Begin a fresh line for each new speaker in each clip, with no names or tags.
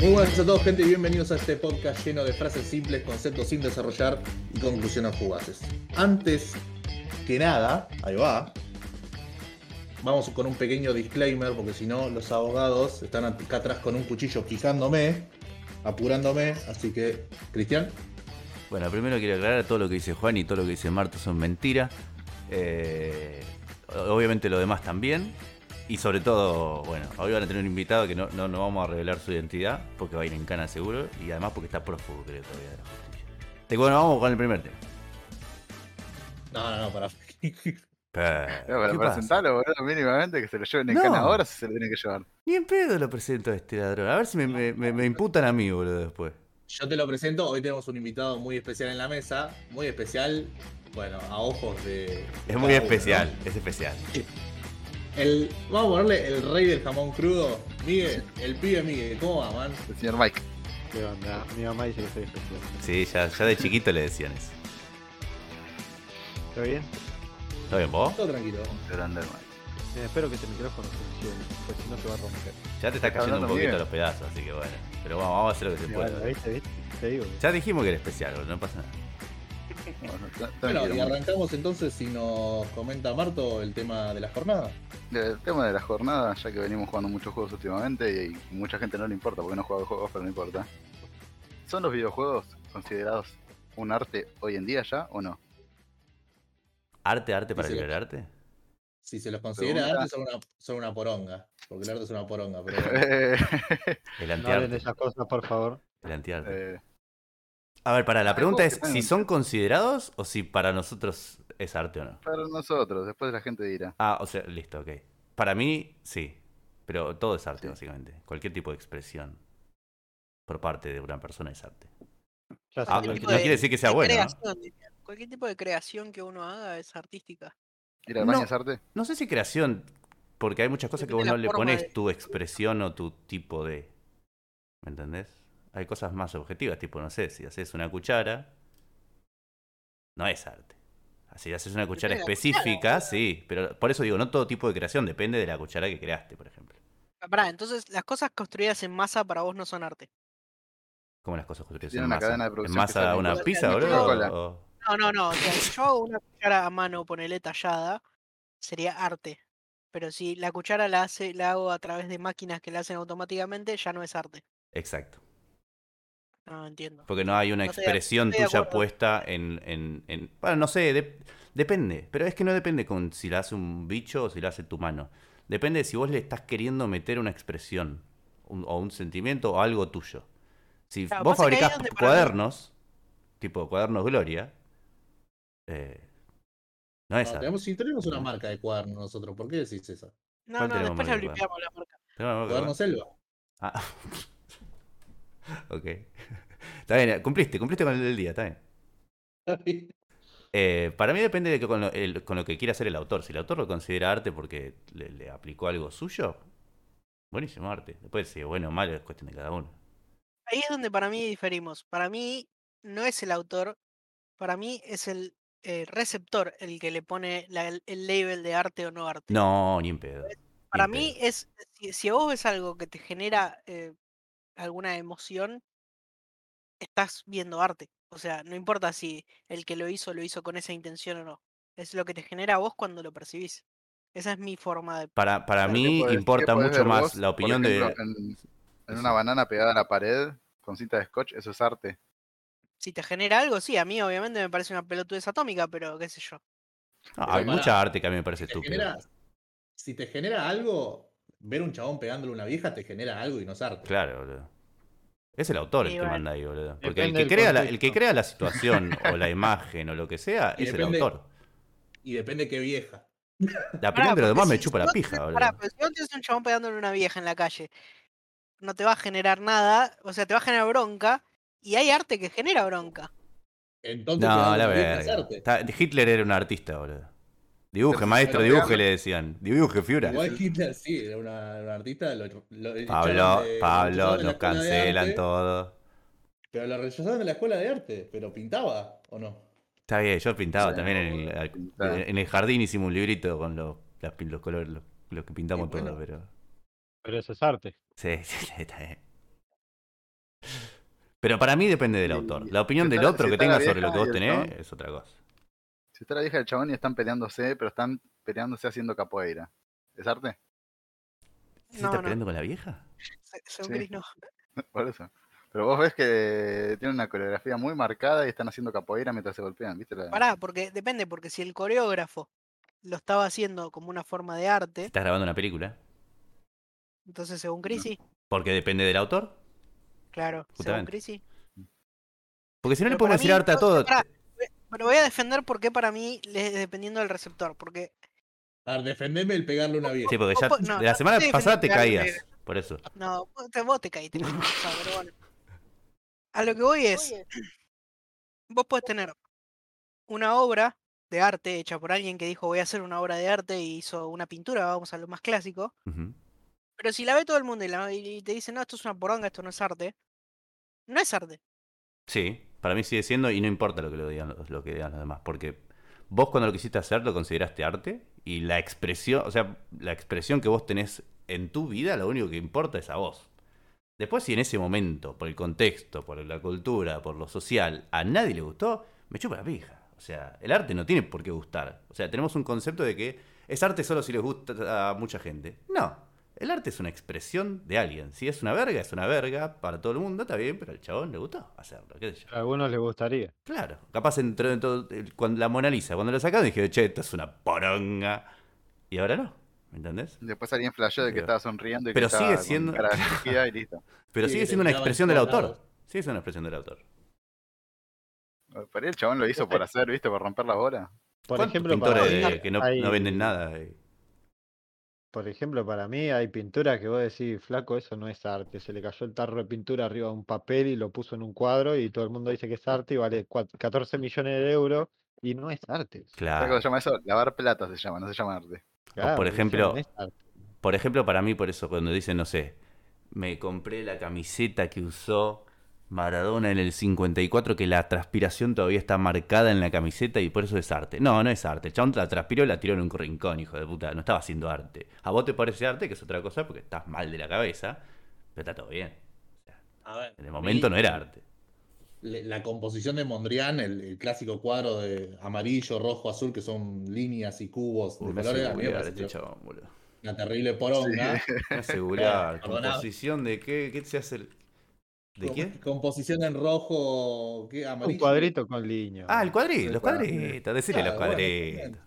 Muy buenas a todos, gente, y bienvenidos a este podcast lleno de frases simples, conceptos sin desarrollar y conclusiones fugaces. Antes que nada, ahí va, vamos con un pequeño disclaimer, porque si no, los abogados están acá atrás con un cuchillo quijándome, apurándome, así que, Cristian.
Bueno, primero quiero aclarar todo lo que dice Juan y todo lo que dice Marta son mentiras. Eh, obviamente lo demás también. Y sobre todo, bueno, hoy van a tener un invitado que no, no, no vamos a revelar su identidad porque va a ir en cana seguro y además porque está prófugo, creo, todavía de la justicia. Te bueno, vamos con el primer tema.
No, no, no, para.
Pa-
Pero para
¿qué pasa?
presentarlo, boludo, mínimamente, que se lo lleven en
No.
cana ahora si se lo tienen que llevar.
Ni en pedo lo presento a este ladrón. A ver si me, me- me- me imputan a mí, boludo, después.
Yo te lo presento, hoy tenemos un invitado muy especial en la mesa, muy especial, bueno, a ojos de...
Es
cada
muy
uno,
especial,
¿no?
es especial.
El, vamos a ponerle el rey del jamón crudo, Miguel, el pibe Miguel, ¿cómo va, man?
El señor Mike.
¿Qué onda? Mi mamá dice que soy especial.
Sí, ya, ya de chiquito le decían eso.
¿Está bien?
¿Está bien vos?
Todo tranquilo.
Grande, Mike.
Eh, espero que este micrófono funcione, pues si no se va a romper.
Ya te está
Está
cayendo un
hablando
poquito
bien.
a los pedazos, así que bueno. Pero vamos, vamos a hacer lo que se
Mira,
pueda.
bueno, ¿viste? ¿Viste? Te digo.
Ya dijimos que era especial, boludo, no pasa nada.
Bueno, está- está
Bueno, y
bien, Mike.
arrancamos entonces si nos comenta Marto el tema de la jornada.
El tema de la jornada, ya que venimos jugando muchos juegos últimamente y, y mucha gente no le importa porque no juega juegos, pero no importa. ¿Son los videojuegos considerados un arte hoy en día ya o no?
¿Arte, arte para
Dice que-
liberarte?
Si se los considera
Pregunta.
arte, son una, son una poronga. Porque el arte es una poronga, pero bueno.
Eh,
El
No hablen de
antiarte.
esas cosas, por favor.
El antiarte.
eh,
A ver, para la
hay
pregunta
juegos
es
que
si
pueden-
son considerados o si para nosotros es arte o no.
para nosotros, después la gente dirá.
Ah, o sea, listo, ok. Para mí, sí. Pero todo es arte,
Sí.
básicamente. Cualquier tipo de expresión por parte de una persona es arte.
Ya
Ah,
salió.
no
tipo
quiere decir que sea
de
bueno. ¿no?
creación, Cualquier tipo de creación que uno haga es artística.
¿Ir a
No.
bañas arte?
No sé si creación, porque hay muchas cosas que vos no
Depende de la
le
forma
pones
de-
tu expresión o tu tipo de. ¿Me entendés? Hay cosas más objetivas, tipo, no sé, si haces una cuchara, no es arte. Si haces una cuchara
de la cuchara,
específica, sí, pero por eso digo, no todo tipo de creación, depende de la cuchara que creaste, por ejemplo.
Ah, Pará, entonces las cosas construidas en masa para vos no son arte.
Como las cosas construidas
Tiene
en
una
masa.
cadena de
¿En
producción que
masa
sale
una
igual.
pizza,
Ni
boludo?
Coca-Cola.
O- o-
No, no, no. o sea, si yo hago una cuchara a mano, ponele tallada, sería arte. Pero si la cuchara la hace, la hago a través de máquinas que la hacen automáticamente, ya no es arte.
Exacto.
No entiendo.
Porque no hay una
No estoy de-
expresión
estoy de
tuya
acuerdo.
puesta en, en, en- Bueno, no sé, de- depende. Pero es que no depende con si la hace un bicho o si la hace tu mano. Depende de si vos le estás queriendo meter una expresión un- o un sentimiento o algo tuyo. Si
Claro,
vos
pasa que ahí es
fabricás
donde para mí-
cuadernos, tipo cuadernos Gloria, eh, no es
No,
arte.
tenemos, si tenemos una marca de cuadernos nosotros, ¿por qué decís eso?
No,
¿cuál
no,
tenemos
después
que
la
jugar?
limpiamos la marca.
Tenemos algo que ver.
Cuaderno selva.
Ah. ok. Está bien, cumpliste, cumpliste con el del día, está bien. Eh, para mí depende de que con, lo, el- con lo que quiera hacer el autor. Si el autor lo considera arte porque le, le aplicó algo suyo, buenísimo arte. Después, si es bueno o malo, es cuestión de cada uno.
Ahí es donde para mí diferimos. Para mí no es el autor, para mí es el eh, receptor el que le pone la- el el label de arte o no arte.
No, ni en pedo. ni
Para
en
mí
pedo.
es, si, si a vos ves algo que te genera eh, alguna emoción, estás viendo arte. O sea, no importa si el que lo hizo lo hizo con esa intención o no. Es lo que te genera a vos cuando lo percibís. Esa es mi forma de...
Para, para
Pero
mí
¿qué podés-
importa
qué podés
mucho
ver
más
vos,
la
por
opinión de...
ejemplo, En, en una banana pegada a la pared con cinta de scotch, eso es arte.
Si te genera algo, sí, a mí obviamente me parece una pelotudez atómica, pero qué sé yo.
No, hay
Pará.
mucha arte que a mí me parece
Te
estúpida.
genera- si te genera algo, ver un chabón pegándole a una vieja te genera algo y no es arte.
Claro, boludo. Es el autor el
Sí,
que
bueno.
manda ahí, boludo. Porque el
Depende
que,
del
crea la, el que
contexto.
crea la situación o la imagen o lo que sea
Y
es el
depende-
autor.
Y depende qué vieja.
La
Pará,
opinión de los
porque
demás me
si-
chupa
si
la
vos
pija,
tenés-
boludo.
pará, pero si vos tenés un chabón pegándole a una vieja en la calle, no te va a generar nada, o sea, te va a generar bronca, y hay arte que genera bronca.
Entonces,
No,
pegarle
la
a una vieja es
verga.
arte.
Está- Hitler era un artista, boludo. Dibuje,
Pero-
maestro,
pero
dibuje,
pegando-
le decían. Dibuje, fiura.
Igual Hitler sí, era una, un artista. Lo, lo
Pablo,
echaron de- lo
Pablo,
rechazaron de la
nos
escuela de
cancelan
arte,
todo.
Pero lo rechazaron de la escuela de arte, pero pintaba, ¿o no?
Está bien, yo pintaba
Sí,
también en
boludo,
el, al-
pintaba.
en el jardín, hicimos un librito con los, las pin- los colores, los, los que pintamos
Y bueno.
todos, pero.
Pero eso es arte.
Sí, sí, sí, está bien. Pero para mí depende del autor. La opinión
Si
del
está-
otro
si
que
está
tenga
la
sobre lo
vieja
que vos
y el
tenés
chabón.
es otra cosa.
Si está la vieja del chabón y están peleándose, pero están peleándose haciendo capoeira. ¿Es arte?
¿Se
No,
está
no.
peleando con la vieja?
Se- según
Sí.
Chris, no.
Por eso. Pero vos ves que tiene una coreografía muy marcada y están haciendo capoeira mientras se golpean, ¿viste? La-
Pará, porque depende, porque si el coreógrafo lo estaba haciendo como una forma de arte,
¿Estás grabando una película?
entonces según Chris, sí,
Porque depende del autor.
claro, según
Justamente.
Chris, sí.
Porque si no le
Pero
podemos
para
decir
mí,
arte a
no,
todo.
pará, eh, Pero voy a defender porque para mí, le- dependiendo del receptor, porque
A ver, defendeme el pegarle a una vieja.
Sí, porque ya
No, no,
de la
no
semana
estoy
pasada te
defendiendo a la
caías. Por eso.
No, vos te, vos te caíste. con el pasado, pero bueno. A lo que voy es, vos podés tener una obra de arte hecha por alguien que dijo voy a hacer una obra de arte y hizo una pintura, vamos a lo más clásico,
Ujú.
pero si la ve todo el mundo y, la- y te dice no, esto es una poronga, esto no es arte, no es arte.
Sí, para mí sigue siendo y no importa lo que lo digan los, lo que digan los demás, porque vos cuando lo quisiste hacer lo consideraste arte y la expresión, o sea, la expresión que vos tenés en tu vida, lo único que importa es a vos. Después si en ese momento, por el contexto, por la cultura, por lo social, a nadie le gustó, me chupa la pija. O sea, el arte no tiene por qué gustar. O sea, tenemos un concepto de que es arte solo si les gusta a mucha gente. No, el arte es una expresión de alguien. Si es una verga, es una verga para todo el mundo, está bien, pero al chabón le gustó hacerlo, qué sé yo.
A algunos les gustaría.
Claro, capaz entró en todo, el- cuando la Mona Lisa, cuando lo sacaron dije, che, esto es una poronga. Y ahora no, ¿me entendés?
Después alguien flasheó de que
Pero-
estaba sonriendo y
pero
que
sigue
estaba con
siendo-
cara afligida y listo.
Pero
Sí,
sigue
que
siendo una
terminaba
expresión del autor.
encuadrado.
Sigue siendo una expresión del autor.
Por ahí el chabón lo hizo por hacer, ¿viste? Por romper las bolas.
Por
¿Cuántos
ejemplo, para
pintores
mí,
de- que no,
hay-
no venden nada? eh?
por ejemplo, para mí hay pinturas que vos decís, flaco, eso no es arte. Se le cayó el tarro de pintura arriba de un papel y lo puso en un cuadro y todo el mundo dice que es arte y vale cua- 14 millones de euros y no es arte.
¿Sabes
Claro.
cómo se llama eso? Lavar plata se llama, no se llama arte.
Claro,
por
eso
ejemplo,
no es arte.
Por ejemplo, para mí, por eso, cuando dicen, no sé, me compré la camiseta que usó Maradona en el 54, que la transpiración todavía está marcada en la camiseta y por eso es arte. No, no es arte. El chabón la transpiró y la tiró en un rincón, hijo de puta. No estaba haciendo arte. A vos te parece arte, que es otra cosa, porque estás mal de la cabeza, pero está todo bien.
A ver,
En el momento no era arte.
le- La composición de Mondrian, el, el clásico cuadro de amarillo, rojo, azul, que son líneas y cubos de
Uy, me hace
colores, a mí me
googlear
pareció
este chabón, boludo.
una terrible poronga.
Me hace googlear.
Perdonad.
¿Composición de qué? ¿Qué se hace? el- ¿De
Com-
quién?
Composición en rojo, ¿qué? amarillo.
Un cuadrito con líneas.
Ah, el cuadrito,
El
los
cuadrito.
cuadritos, decirle
Claro,
los
bueno,
cuadritos.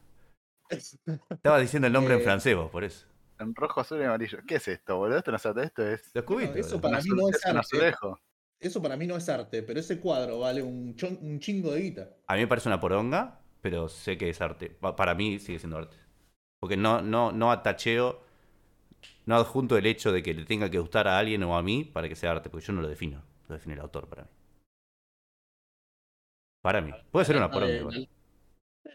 también.
Estaba diciendo el nombre en
Eh,
francés vos, por eso.
En rojo, azul y amarillo. ¿Qué es esto, boludo? Esto no es arte, esto es.
Los
Bueno,
cubitos.
eso
boludo.
para
un
mí
azul-
no es
un
arte.
azulejo.
Eso para mí no es arte, pero ese cuadro vale un, chon- un chingo de guita.
A mí me parece una poronga, pero sé que es arte. Pa- Para mí sigue siendo arte. Porque no, no, no atacheo, no adjunto el hecho de que le tenga que gustar a alguien o a mí para que sea arte, porque yo no lo defino. Lo define el autor para mí. Para mí. Puede ser una
La lata
poronga
de-
igual.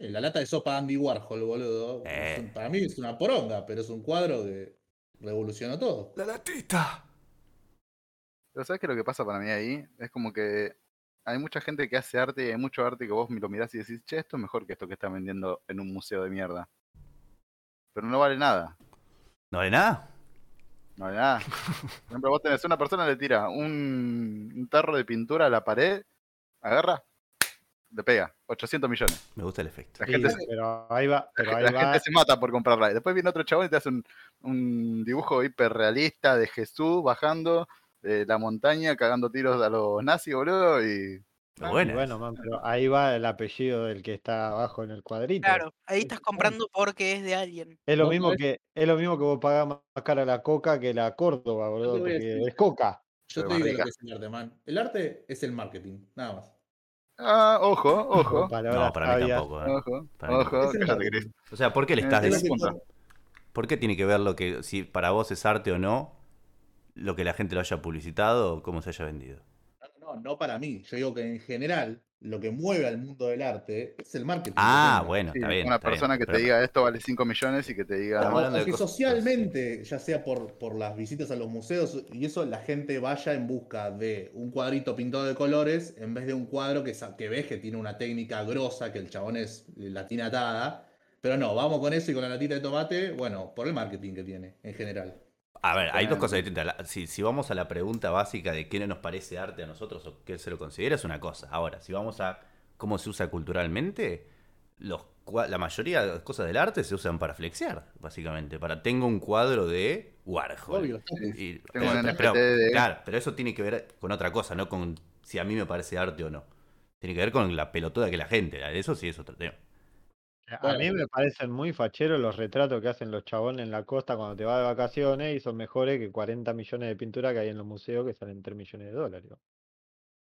eh, La lata de sopa Andy Warhol, boludo.
Eh.
Es un- Para mí es una poronga, pero es un cuadro que revolucionó todo.
¡La latita!
Pero ¿sabes qué lo que pasa para mí ahí? Es como que hay mucha gente que hace arte y hay mucho arte que vos lo mirás y decís, che, esto es mejor que esto que están vendiendo en un museo de mierda. Pero no vale nada.
¿No vale nada?
No vale nada. Por ejemplo, vos tenés una persona le tira un, un tarro de pintura a la pared, agarra, le pega. 800 millones.
Me gusta el efecto.
La
Sí,
gente se-
pero ahí va, pero ahí
la
va.
gente se mata por comprarla. Y después viene otro chabón y te hace un, un dibujo hiperrealista de Jesús bajando eh, la montaña, cagando tiros a los nazis, boludo. Y
Pero
Y
bueno.
bueno, man, pero ahí va el apellido del que está abajo en el cuadrito.
Claro, ahí estás
Exactamente.
comprando porque es de alguien.
Es lo
Vos
mismo
podés-
que es lo mismo que vos pagás más cara la coca que la Córdoba,
voy
boludo,
a
porque
decir.
es coca.
Yo
Pero
te digo lo
marica.
que es el arte, man. El arte es el marketing, nada más.
Ah, ojo,
Con
ojo.
palabras
No, para mí
sabias.
tampoco. eh.
Ojo,
Para mí
ojo,
tampoco.
cállate, Cris.
O sea, ¿por qué le
Eh,
estás
tengo
diciendo?
que-
punto.
¿Por qué tiene que ver lo que, si para vos es arte o no, lo que la gente lo haya publicitado o cómo se haya vendido?
No, no, no para mí. Yo digo que en general lo que mueve al mundo del arte es el marketing.
Ah,
que tenga.
bueno,
Sí,
está bien.
una
está bien,
persona que te
pero-
diga esto vale 5 millones y que te
Estamos
diga
hablando de
Porque
cosas-
socialmente, ya sea por, por las visitas a los museos y eso, la gente vaya en busca de un cuadrito pintado de colores en vez de un cuadro que, sa- que ves que tiene una técnica grosa, que el chabón es eh, latina atada. Pero no, vamos con eso y con la latita de tomate, bueno, por el marketing que tiene en general.
A ver, hay dos
Claramente.
cosas distintas. La- Si, si vamos a la pregunta básica de qué nos parece arte a nosotros o qué se lo considera, es una cosa. Ahora, si vamos a cómo se usa culturalmente, los, cua- la mayoría de las cosas del arte se usan para flexear, básicamente. Para tengo un cuadro de Warhol.
Obvio.
Y-
Tengo
pero-
un NFT
pero-
de-
Claro, pero eso tiene que ver con otra cosa, no con si a mí me parece arte o no. Tiene que ver con la pelotuda que la gente. da. Eso sí es otro tema.
Eh, A mí me parecen muy facheros los retratos que hacen los chabones en la costa cuando te vas de vacaciones y son mejores que 40 millones de pintura que hay en los museos que salen 3 millones de dólares.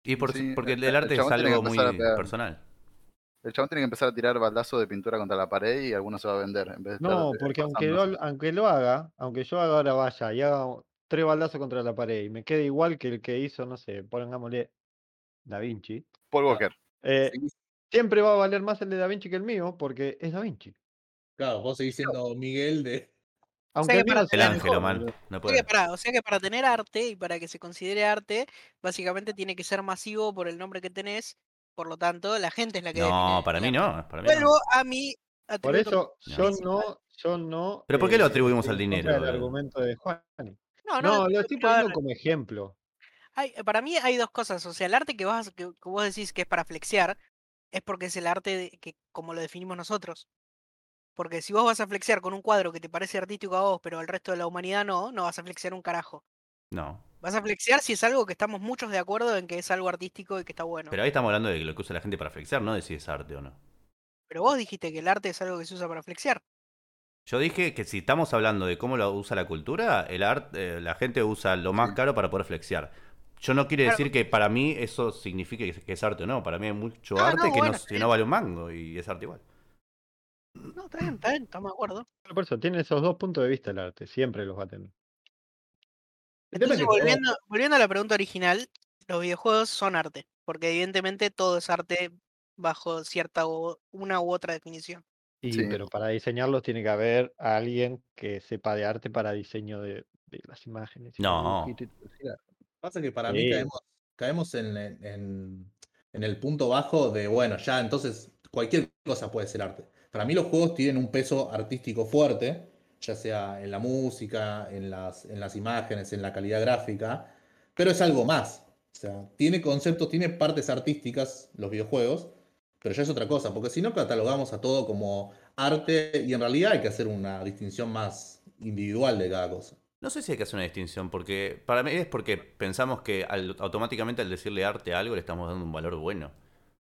Y por-
Sí,
porque
el-
el, arte es
el chabón tiene
algo
que
muy
empezar a pegar.
personal.
El chabón tiene que empezar a tirar baldazos de pintura contra la pared y alguno se va a vender. en vez de
No,
estar, eh,
porque aunque
pasando.
lo, aunque lo haga, aunque yo ahora vaya y haga u- tres baldazos contra la pared y me quede igual que el que hizo, no sé, pongámosle Da Vinci,
Paul Walker.
eh, siempre va a valer más el de Da Vinci que el mío porque es Da Vinci.
Claro, vos seguís siendo Miguel de.
Aunque
que
el mío
para
El
sea
tener-
ángel,
mejor,
man.
boludo.
No
O
puede.
sea, que para, o sea que para tener arte y para que se considere arte, básicamente tiene que ser masivo por el nombre que tenés, por lo tanto, la gente es la que define
No,
el
para mí
arte.
no. Para mí no.
Vuelvo a mi
Por
atributo-
No.
eso yo no, yo no.
¿Pero por qué lo atribuimos
estoy
al
en
dinero,
contra del
boludo?
argumento de Juan.
No, no,
No, lo estoy
pero a
poniendo
ver,
como ejemplo.
hay- eh, para mí hay dos cosas. O sea, el arte que, vas, que, que vos decís que es para flexear es porque es el arte de- que como lo definimos nosotros. Porque si vos vas a flexear con un cuadro que te parece artístico a vos, pero al resto de la humanidad no, no vas a flexear un carajo.
No.
Vas a flexear si es algo que estamos muchos de acuerdo en que es algo artístico y que está bueno.
Pero ahí estamos hablando de lo que usa la gente para flexear, no de si es arte o no.
Pero vos dijiste que el arte es algo que se usa para flexear.
Yo dije que si estamos hablando de cómo lo usa la cultura, el arte, la gente usa lo más
Sí.
caro para poder flexear. Yo no quiere
Claro.
decir que para mí eso signifique que es arte o no. Para mí hay mucho
Ah,
arte
no,
que,
bueno,
no,
está
que
bien.
no vale un mango y es arte igual.
No, está bien, está bien, estamos de acuerdo.
Por eso tiene esos dos puntos de vista el arte, siempre los va a tener.
El tema es
Entonces,
que todo-
volviendo, volviendo a la pregunta original, los videojuegos son arte, porque evidentemente todo es arte bajo cierta o una u otra definición.
Y,
Sí.
Pero para diseñarlos tiene que haber a alguien que sepa de arte para diseño de, de las imágenes. y los
No.
dibujitos y todo eso.
Pasa que para mí
Sí.
caemos, caemos en, en- en- en el punto bajo de, bueno, ya entonces cualquier cosa puede ser arte. Para mí los juegos tienen un peso artístico fuerte, ya sea en la música, en las, en las imágenes, en la calidad gráfica, pero es algo más. O sea, tiene conceptos, tiene partes artísticas los videojuegos, pero ya es otra cosa, porque si no catalogamos a todo como arte y en realidad hay que hacer una distinción más individual de cada cosa.
No sé si hay que hacer una distinción, porque para mí es porque pensamos que al- automáticamente al decirle arte a algo le estamos dando un valor bueno.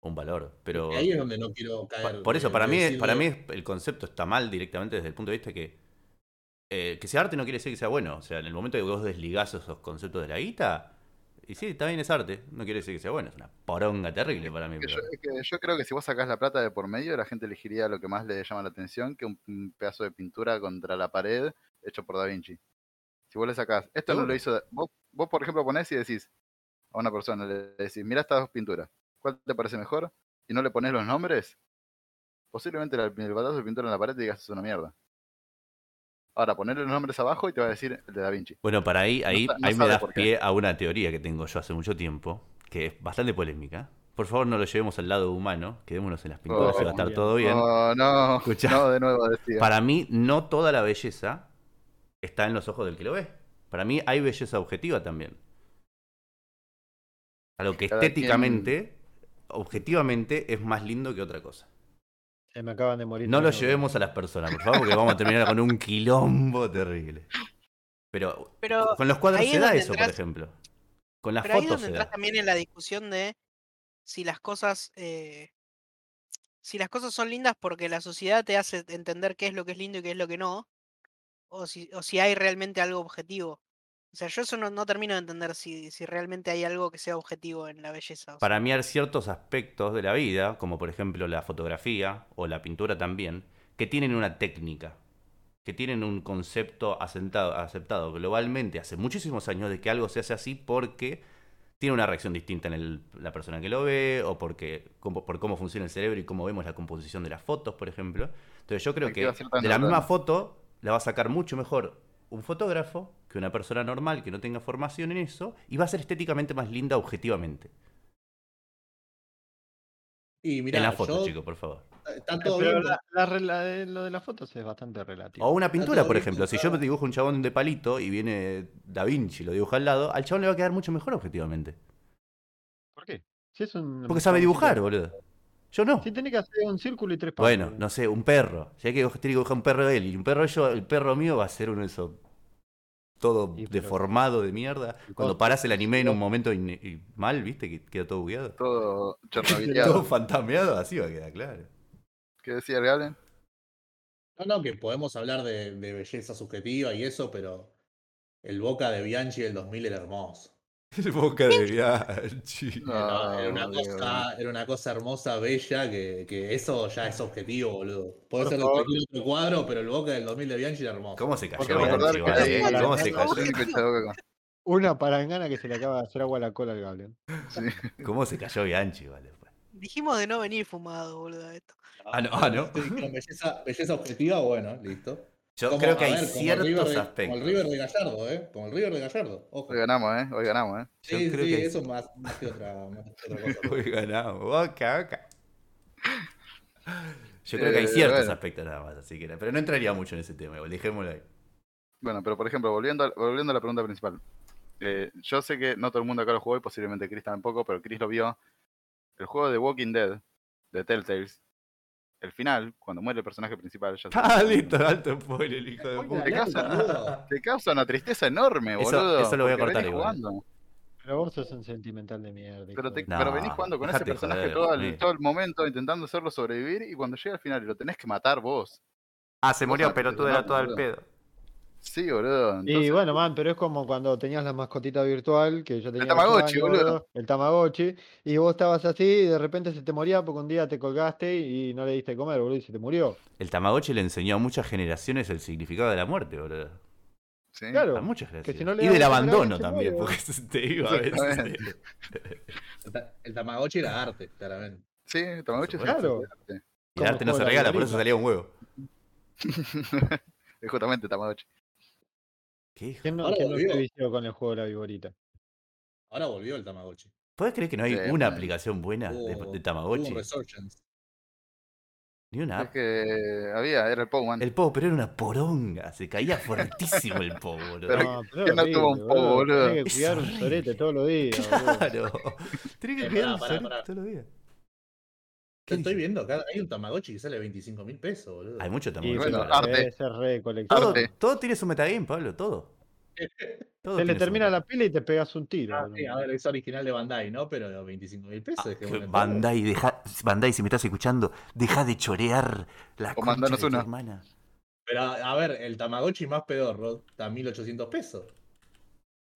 Un valor. Pero
Y ahí es donde no quiero
Pa-
caer.
Por eso,
de-
para
de
mí,
decirle-
para mí es- el concepto está mal directamente desde el punto de vista que eh, que sea arte no quiere decir que sea bueno. O sea, en el momento que vos desligás esos conceptos de la guita, y sí, está bien, es arte. No quiere decir que sea bueno. Es una poronga terrible para mí.
Que yo,
pero-
es que yo creo que si vos sacás la plata de por medio, la gente elegiría lo que más le llama la atención que un, un pedazo de pintura contra la pared hecho por Da Vinci. Si vos le sacás, esto no
Seguro.
lo hizo. Da- Vos, vos, por ejemplo, ponés y decís a una persona, le decís, mira estas dos pinturas, ¿cuál te parece mejor? Y no le pones los nombres, posiblemente la- el batazo de pintura en la pared te digas es una mierda. Ahora, ponerle los nombres abajo y te va a decir el de Da Vinci.
Bueno, para ahí, ahí,
sa- no
ahí me
sabe
das
por qué.
pie a una teoría que tengo yo hace mucho tiempo, que es bastante polémica. Por favor, no lo llevemos al lado humano, quedémonos en las pinturas que va a estar
bien.
todo bien.
Oh, no,
Escuchá.
no, de nuevo decía.
Para mí, no toda la belleza está en los ojos del que lo ve. Para mí, hay belleza objetiva también. A lo que
Cada quien-
estéticamente, objetivamente, es más lindo que otra cosa.
Se me acaban de morir.
No lo
tres neuronas.
llevemos a las personas, por favor, porque vamos a terminar con un quilombo terrible. Pero
Pero
con los cuadros
ahí
se
es
da
donde
eso, por
entras-
ejemplo. Con las
Pero ahí es
fotos
donde
se
entras
da.
también en la discusión de si las cosas eh, si las cosas son lindas porque la sociedad te hace entender qué es lo que es lindo y qué es lo que no, o si, o si hay realmente algo objetivo. O sea, yo eso no, no termino de entender si, si realmente hay algo que sea objetivo en la belleza. o sea,
Para mí hay ciertos aspectos de la vida, como por ejemplo la fotografía o la pintura también, que tienen una técnica, que tienen un concepto asentado- aceptado globalmente hace muchísimos años de que algo se hace así porque tiene una reacción distinta en el- la persona que lo ve o porque como- por cómo funciona el cerebro y cómo vemos la composición de las fotos, por ejemplo. Entonces yo creo que
Activa ciertas
de la misma
neuronas.
foto la va a sacar mucho mejor un fotógrafo que una persona normal que no tenga formación en eso y va a ser estéticamente más linda objetivamente.
Y mirá,
en la foto,
yo- eh,
chicos, por favor.
Está todo
Eh, Pero
bien.
la- la rela- eh, lo de las fotos es bastante relativo.
O una pintura,
todo
por
bien
ejemplo. Si yo me
pensado.
dibujo un chabón de palito y viene Da Vinci y lo dibuja al lado, al chabón le va a quedar mucho mejor objetivamente.
¿Por qué? Si es un-
Porque sabe dibujar, boludo. Yo no.
Si tenés que hacer un círculo y tres pasos.
Bueno, no sé, un perro. Si hay que dibujar- tiene que dibujar un perro de él y un perro yo, el perro mío va a ser uno de esos todo
Sí, pero-
deformado de mierda. Cuando
Vos-
parás el anime en
vos-
un momento in- y mal, viste, que queda todo bugueado.
Todo
Todo
chernaviteado.
fantameado, así va a quedar, claro.
¿Qué decía el Galen?
Eh, No, no, que podemos hablar de, de belleza subjetiva y eso, pero el Boca de Bianchi del 2000 era hermoso.
El boca de Bianchi.
No,
Ah,
Era- era, una
boludo.
cosa, era una cosa hermosa, bella, que, que eso ya es objetivo, boludo. Puede
Por
ser de
favor.
cualquier otro cuadro, pero el Boca del 2000 de Bianchi era hermoso.
¿Cómo se cayó
Quiero recordar
Bianchi?
que
boludo,
hay-
eh? ¿Cómo se
el
cayó?
único chaboca con-
Una parangana que se le acaba de hacer agua a la cola al Galen.
¿Cómo se cayó Bianchi? Vale.
Dijimos de no venir fumado, boludo, a esto.
Ah, no, ah, no.
Sí, con belleza, belleza objetiva, bueno, listo.
Yo
Como-
creo que
a
hay
ver, como el
ciertos
River de-
aspectos.
Como el River de Gallardo, ¿eh? Como el River de Gallardo. Ojo.
Hoy ganamos, ¿eh? Hoy ganamos, ¿eh?
Yo
Sí,
creo
sí,
que hay-
eso más, más que otra, más que otra cosa.
Hoy ganamos. Boca, boca. Yo creo que hay
Eh,
ciertos
bueno.
aspectos nada más, así que. Pero no entraría mucho en ese tema, igual, dejémoslo ahí.
Bueno, pero por ejemplo, volviendo a, volviendo a la pregunta principal. Eh, yo sé que no todo el mundo acá lo jugó y posiblemente Chris tampoco, pero Chris lo vio. El juego de Walking Dead, de Telltales, el final, cuando muere el personaje principal, ya
Ah, listo, alto spoiler, el hijo de puta.
Te causa,
boludo.
te causa una tristeza enorme,
Eso-
boludo.
eso lo voy a
porque
cortar
venís
igual.
jugando,
Pero vos sos un sentimental de mierda. hijo
pero, te-
de-
No,
pero venís jugando con ese
dejate de
personaje
joder, eh.
todo,
sí.
el, todo el momento intentando hacerlo sobrevivir y cuando llega al final y lo tenés que matar vos.
Ah, se murió,
Cosa que
pero tú
te
era
mata,
todo al
boludo.
pedo.
Sí, boludo.
Y
entonces-
bueno, man, pero es como cuando tenías la mascotita virtual, que yo tenía. ocho
Tamagotchi,
años,
boludo.
El Tamagotchi, y vos estabas así y de repente se te moría porque un día te colgaste y no le diste de comer, boludo, y se te murió.
El Tamagotchi le enseñó a muchas generaciones el significado de la muerte, boludo.
sí.
Claro.
A muchas
Que
generaciones.
si no le
y del
damos de comer a
abandono
alguien, se
también,
muere,
porque se te iba a veces.
Exactamente.
El ta- El Tamagotchi era arte, claramente.
Sí, Tamagotchi es un
Claro.
arte.
Y el arte no
Como
se
la
regala, por
gorila.
eso salía un huevo.
Es Justamente Tamagotchi.
¿Qué hijo?
¿Quién no,
Ahora
quién no
volvió.
se vició con el juego de la viborita?
Ahora volvió el Tamagotchi.
¿Podés creer que no hay
Sí,
una
man.
aplicación buena de,
Hubo-
de
hubo
Tamagotchi?
un resurgence.
Ni una
Es
app.
que había, era el Powman.
Ah. El PO, pero era una poronga. Se caía fuertísimo el PO, boludo.
Pero-
no, pero
¿quién no tuvo un poco, boludo?
Tenés que
Es
cuidar un
horrible.
sorete todos los días. boludo.
Claro. Tenés que
Eh,
cuidar
pará, pará,
un sorete
pará.
todos los días. ¿Qué
Yo estoy
dice?
viendo acá, hay un Tamagotchi que sale 25 mil pesos, boludo.
Hay mucho
Y
Tamagotchi.
bueno,
bueno, eh,
boludo.
arte.
debe ser re colección.
todo,
arte.
todo tiene su metagame, Pablo, todo. Todo
Se le
tiene su
termina la
metagame.
pila y te pegas un tiro.
Ah,
boludo.
sí, a ver, es original de Bandai, ¿no? Pero 25 mil pesos. es que
Ah, Que
bueno,
Bandai, deja, Bandai, si me estás escuchando, deja de chorear la
O
concha de
mandanos
tu
una.
hermana.
Pero a a ver, el Tamagotchi más pedorro está a 1800 pesos.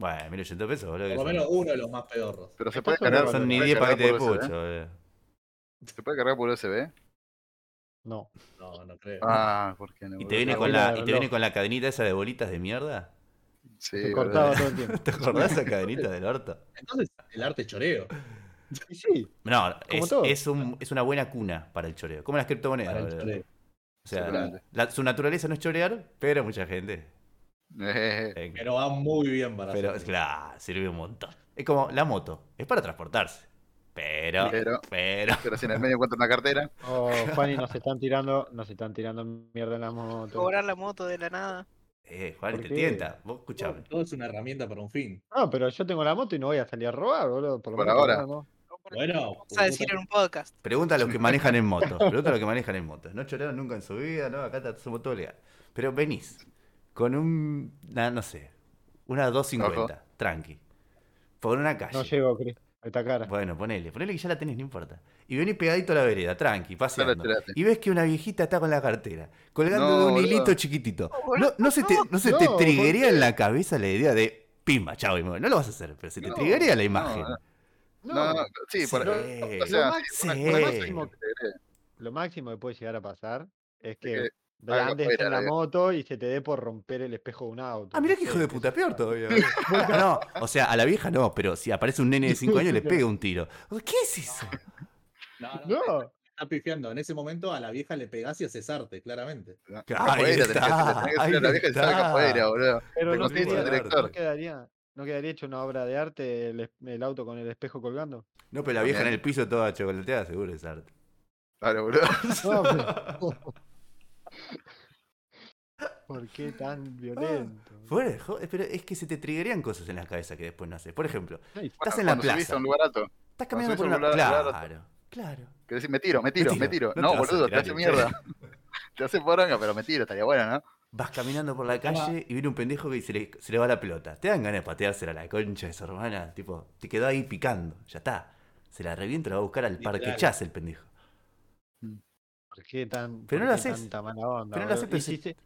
Bueno, 1800 pesos, boludo. que
Por lo
son-
menos uno de los más pedorros.
Pero se
Está
puede
sobre
cargar.
valorado.
Son
se
ni
puede
10
cargar
paquetes de
por USB,
pucho,
¿eh?
boludo.
Se puede cargar por USB.
No.
No, no creo.
Ah, ¿por qué no?
Y te
boludo?
viene
la
con
bola
la,
de
y te
reloj.
viene con la cadenita esa de bolitas de mierda.
Sí,
se
boludo.
cortaba todo el tiempo.
¿Te acordás esa cadenita del orto?
Entonces, el arte es choreo.
Y sí,
No,
Como
es,
todo.
es un- es una buena cuna para el choreo. Como las criptomonedas.
Para el
boludo.
choreo.
O sea,
Seguramente.
la- su naturaleza no es chorear, pero mucha gente.
Eh, eh, eh.
eh,
Pero va muy bien para
pero,
hacerlo.
claro, sirve un montón. Es como la moto, es para transportarse. Pero,
Pero-
pero.
Pero si en el medio encuentro una cartera,
o Fanny Oh, nos están tirando, nos están tirando mierda en las motos.
Cobrar la moto de la nada.
Eh, Juan,
¿Por
te
qué?
tienta. Vos escuchame.
Todo es una herramienta para un fin.
No, pero yo tengo la moto y no voy a salir a robar, boludo. Por, lo
Por
menos
ahora.
ahora no.
Bueno,
Vamos a decir en un podcast.
Pregunta a los que manejan en moto. Pregunta a los que manejan en moto. No chorearon nunca en su vida, ¿no? Acá está- somos todo legal. Pero venís con un. na- no sé. Una 250, tranqui. Por una calle.
No llego, Cris, a esta cara.
Bueno, ponele, ponele que ya la tenés, no importa. Y venís pegadito a la vereda, tranqui, paseando.
Dale, tirate.
Y ves que una viejita está con la cartera, colgando
No,
de un
boludo.
hilito chiquitito.
No,
No,
boludo,
no se te, no se
no,
te
¿por
triggería
qué?
en la cabeza la idea de pimba, chavo, y me voy. no lo vas a hacer, pero se te
No,
triggería la
no,
imagen.
no.
No,
no, no, sí, por
Sí.
ahí. O
lo
sea,
máximo,
sí.
lo máximo-
te diré,
lo máximo que puede llegar a pasar es que,
que algo
andes
fuera
en la
de-
moto y se te dé por romper el espejo de un auto.
Ah, mirá
no
que hijo
sé,
Eh,
de
qué
puta,
sé
peor
yo.
todavía. No, no, o sea, a la vieja no, pero si aparece un nene de 5 años le pega un tiro. O sea, ¿Qué es eso?
No, no,
No,
está pifiando. En ese momento a la vieja le pegás y haces arte, claramente.
¿no?
Ahí
Capoeira, tenés que
está, ahí
hacer- tenés que hacer a la vieja que
está.
sabe capoeira, boludo.
pero
Te
no
conseguís
quería-
un director.
¿No quedaría, ¿No quedaría hecho una obra de arte el, es- el auto con el espejo colgando?
No, pero la vieja en el piso toda chocolateada, seguro es arte.
Claro, boludo.
No, pero- ¿Por qué tan violento?
Fuera de jo- pero es que se te triggerían cosas en la cabeza que después no haces. Por ejemplo,
No, y-
Estás
Bueno,
en la
cuando subís
plaza.
a un lugar alto,
estás caminando por
subís a
una
un lugar- lugar-
Claro, claro.
que decís, me tiro, me tiro, me tiro.
te
No,
vas a
boludo, te
tirar
hace
el-
mierda. te hace poronga, pero me tiro, estaría bueno, ¿no?
Vas caminando por la calle y viene un pendejo que se le, se le va la pelota. Te dan ganas de pateársela a la concha de su hermana. Tipo, te quedó ahí picando. Ya está. Se la revienta, la va a buscar al
Literal.
parque chas el pendejo.
¿Por qué
Pero
tan, por
no lo
qué
haces.
tanta mala onda?
Pero no lo
boludo?
haces, pero
Y
se-
si, se-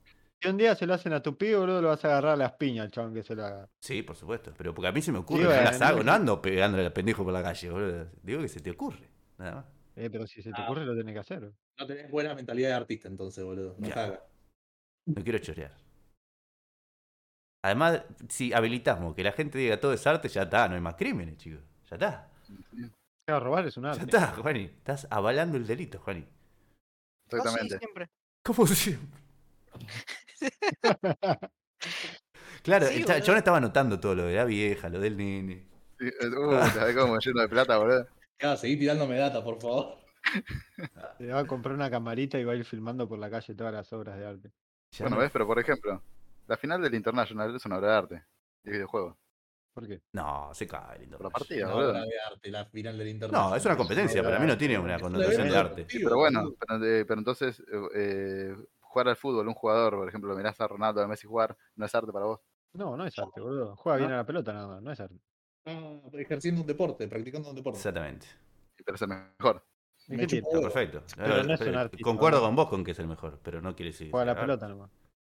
si un día se lo hacen a tu pibe, boludo, lo vas a agarrar a las piñas al chabón que se lo haga.
Sí, por supuesto. Pero porque a mí se me ocurre,
Sí,
no
bueno,
las hago.
no-
No ando pegándole al pendejo por la calle, boludo. Digo que se te ocurre. Nada más.
Eh, pero si se te
Ah.
ocurre, lo tenés que hacer.
No tenés buena mentalidad de artista, entonces, boludo. No
Ya.
cagas.
No quiero chorear. Además, si habilitamos que la gente diga todo es arte, ya está. No hay más crímenes, chicos. Ya está.
Claro, robar es un
Ya
arte.
está, Juani. Estás avalando el delito, Juani.
Oh, sí,
Exactamente.
siempre.
¿Cómo siempre? Claro,
Sí,
el cha-
boludo.
chabón estaba anotando todo lo de la vieja, lo del nene.
Sí, eh, Uh, te ves como lleno de plata, boludo.
Ya, seguí tirándome data, por favor.
Te va a comprar una camarita y va a ir filmando por la calle todas las obras de arte.
Ya
Bueno,
no-
ves, pero por ejemplo, la final del International es una obra de arte de videojuego.
¿Por qué?
No, se cae el
Por la
Internacional.
partida,
Una
boludo.
obra de arte, la final del internet.
No, es una competencia, para mí no tiene una
Es un
connotación de
evento
arte.
deportivo,
Pero bueno,
boludo.
pero, eh, pero entonces eh, eh, jugar al fútbol, un jugador, por ejemplo, lo mirás a Ronaldo, a Messi jugar, no es arte para vos.
No, no es arte, boludo. Juega bien a la pelota nada más, no es arte.
Ah, ejerciendo un deporte, practicando un deporte.
Exactamente.
Pero es el mejor.
Me
Mentira.
chupa
Está
huevo.
perfecto.
Pero no es un
Pero
artista,
Concuerdo
¿no?
con vos con que es el mejor, pero no quiere decir.
Juega a la
Ah,
pelota nomás.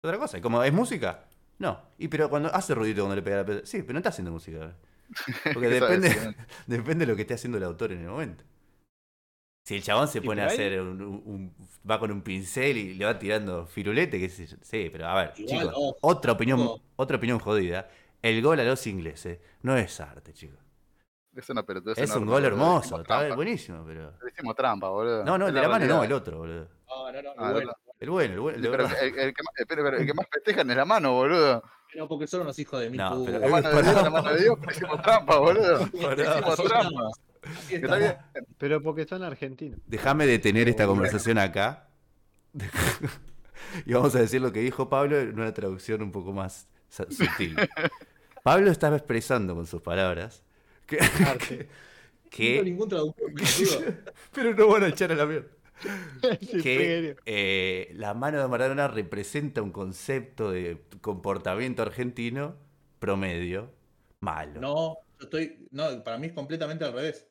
Otra cosa, y como es música, no. Y pero cuando hace ruidito cuando le pega la pelota. Sí, pero no está haciendo música. Porque
¿Qué sabes?
depende, depende de lo que esté haciendo el autor en el momento. Si el chabón se
Sí,
pone a
pero ahí-
hacer un, un- un- va con un pincel y le va tirando firulete, que sé yo. Sí, pero a ver,
Igual,
chicos,
ojo,
otra opinión,
ojo.
otra opinión jodida. El gol a los ingleses no es arte, chicos.
Es una pelotudez
Es un
enorme,
gol
boludo. Le
hermoso,
hicimos
está
trampa.
buenísimo, pero.
Le hicimos trampa, boludo.
No, no, el
Es
de la mano no,
realidad.
el otro, boludo.
No, no, no,
Ah,
bueno.
El bueno, el bueno, el
Sí,
de
pero
verdad.
el, el que más, eh, pero- pero el que más festejan es la mano, boludo.
Pero porque son unos hijos de mil
No,
putas.
pero-
La mano de Dios, la mano de Dios, pero hicimos trampa, boludo.
Pará.
hicimos
Así
trampa.
estamos. Así
Que está bien.
estamos.
Pero porque son argentinos.
Déjame detener esta conversación acá. y vamos a decir lo que dijo Pablo en una traducción un poco más sa- sutil. Pablo estaba expresando con sus palabras que.
Ah,
Arte.
No tengo
que-
ningún traductor,
que-
boludo.
pero no van a echar a la mierda.
Sí,
Que
serio.
eh, la mano de Maradona representa un concepto de comportamiento argentino promedio malo.
No, yo estoy. No, para mí es completamente al revés.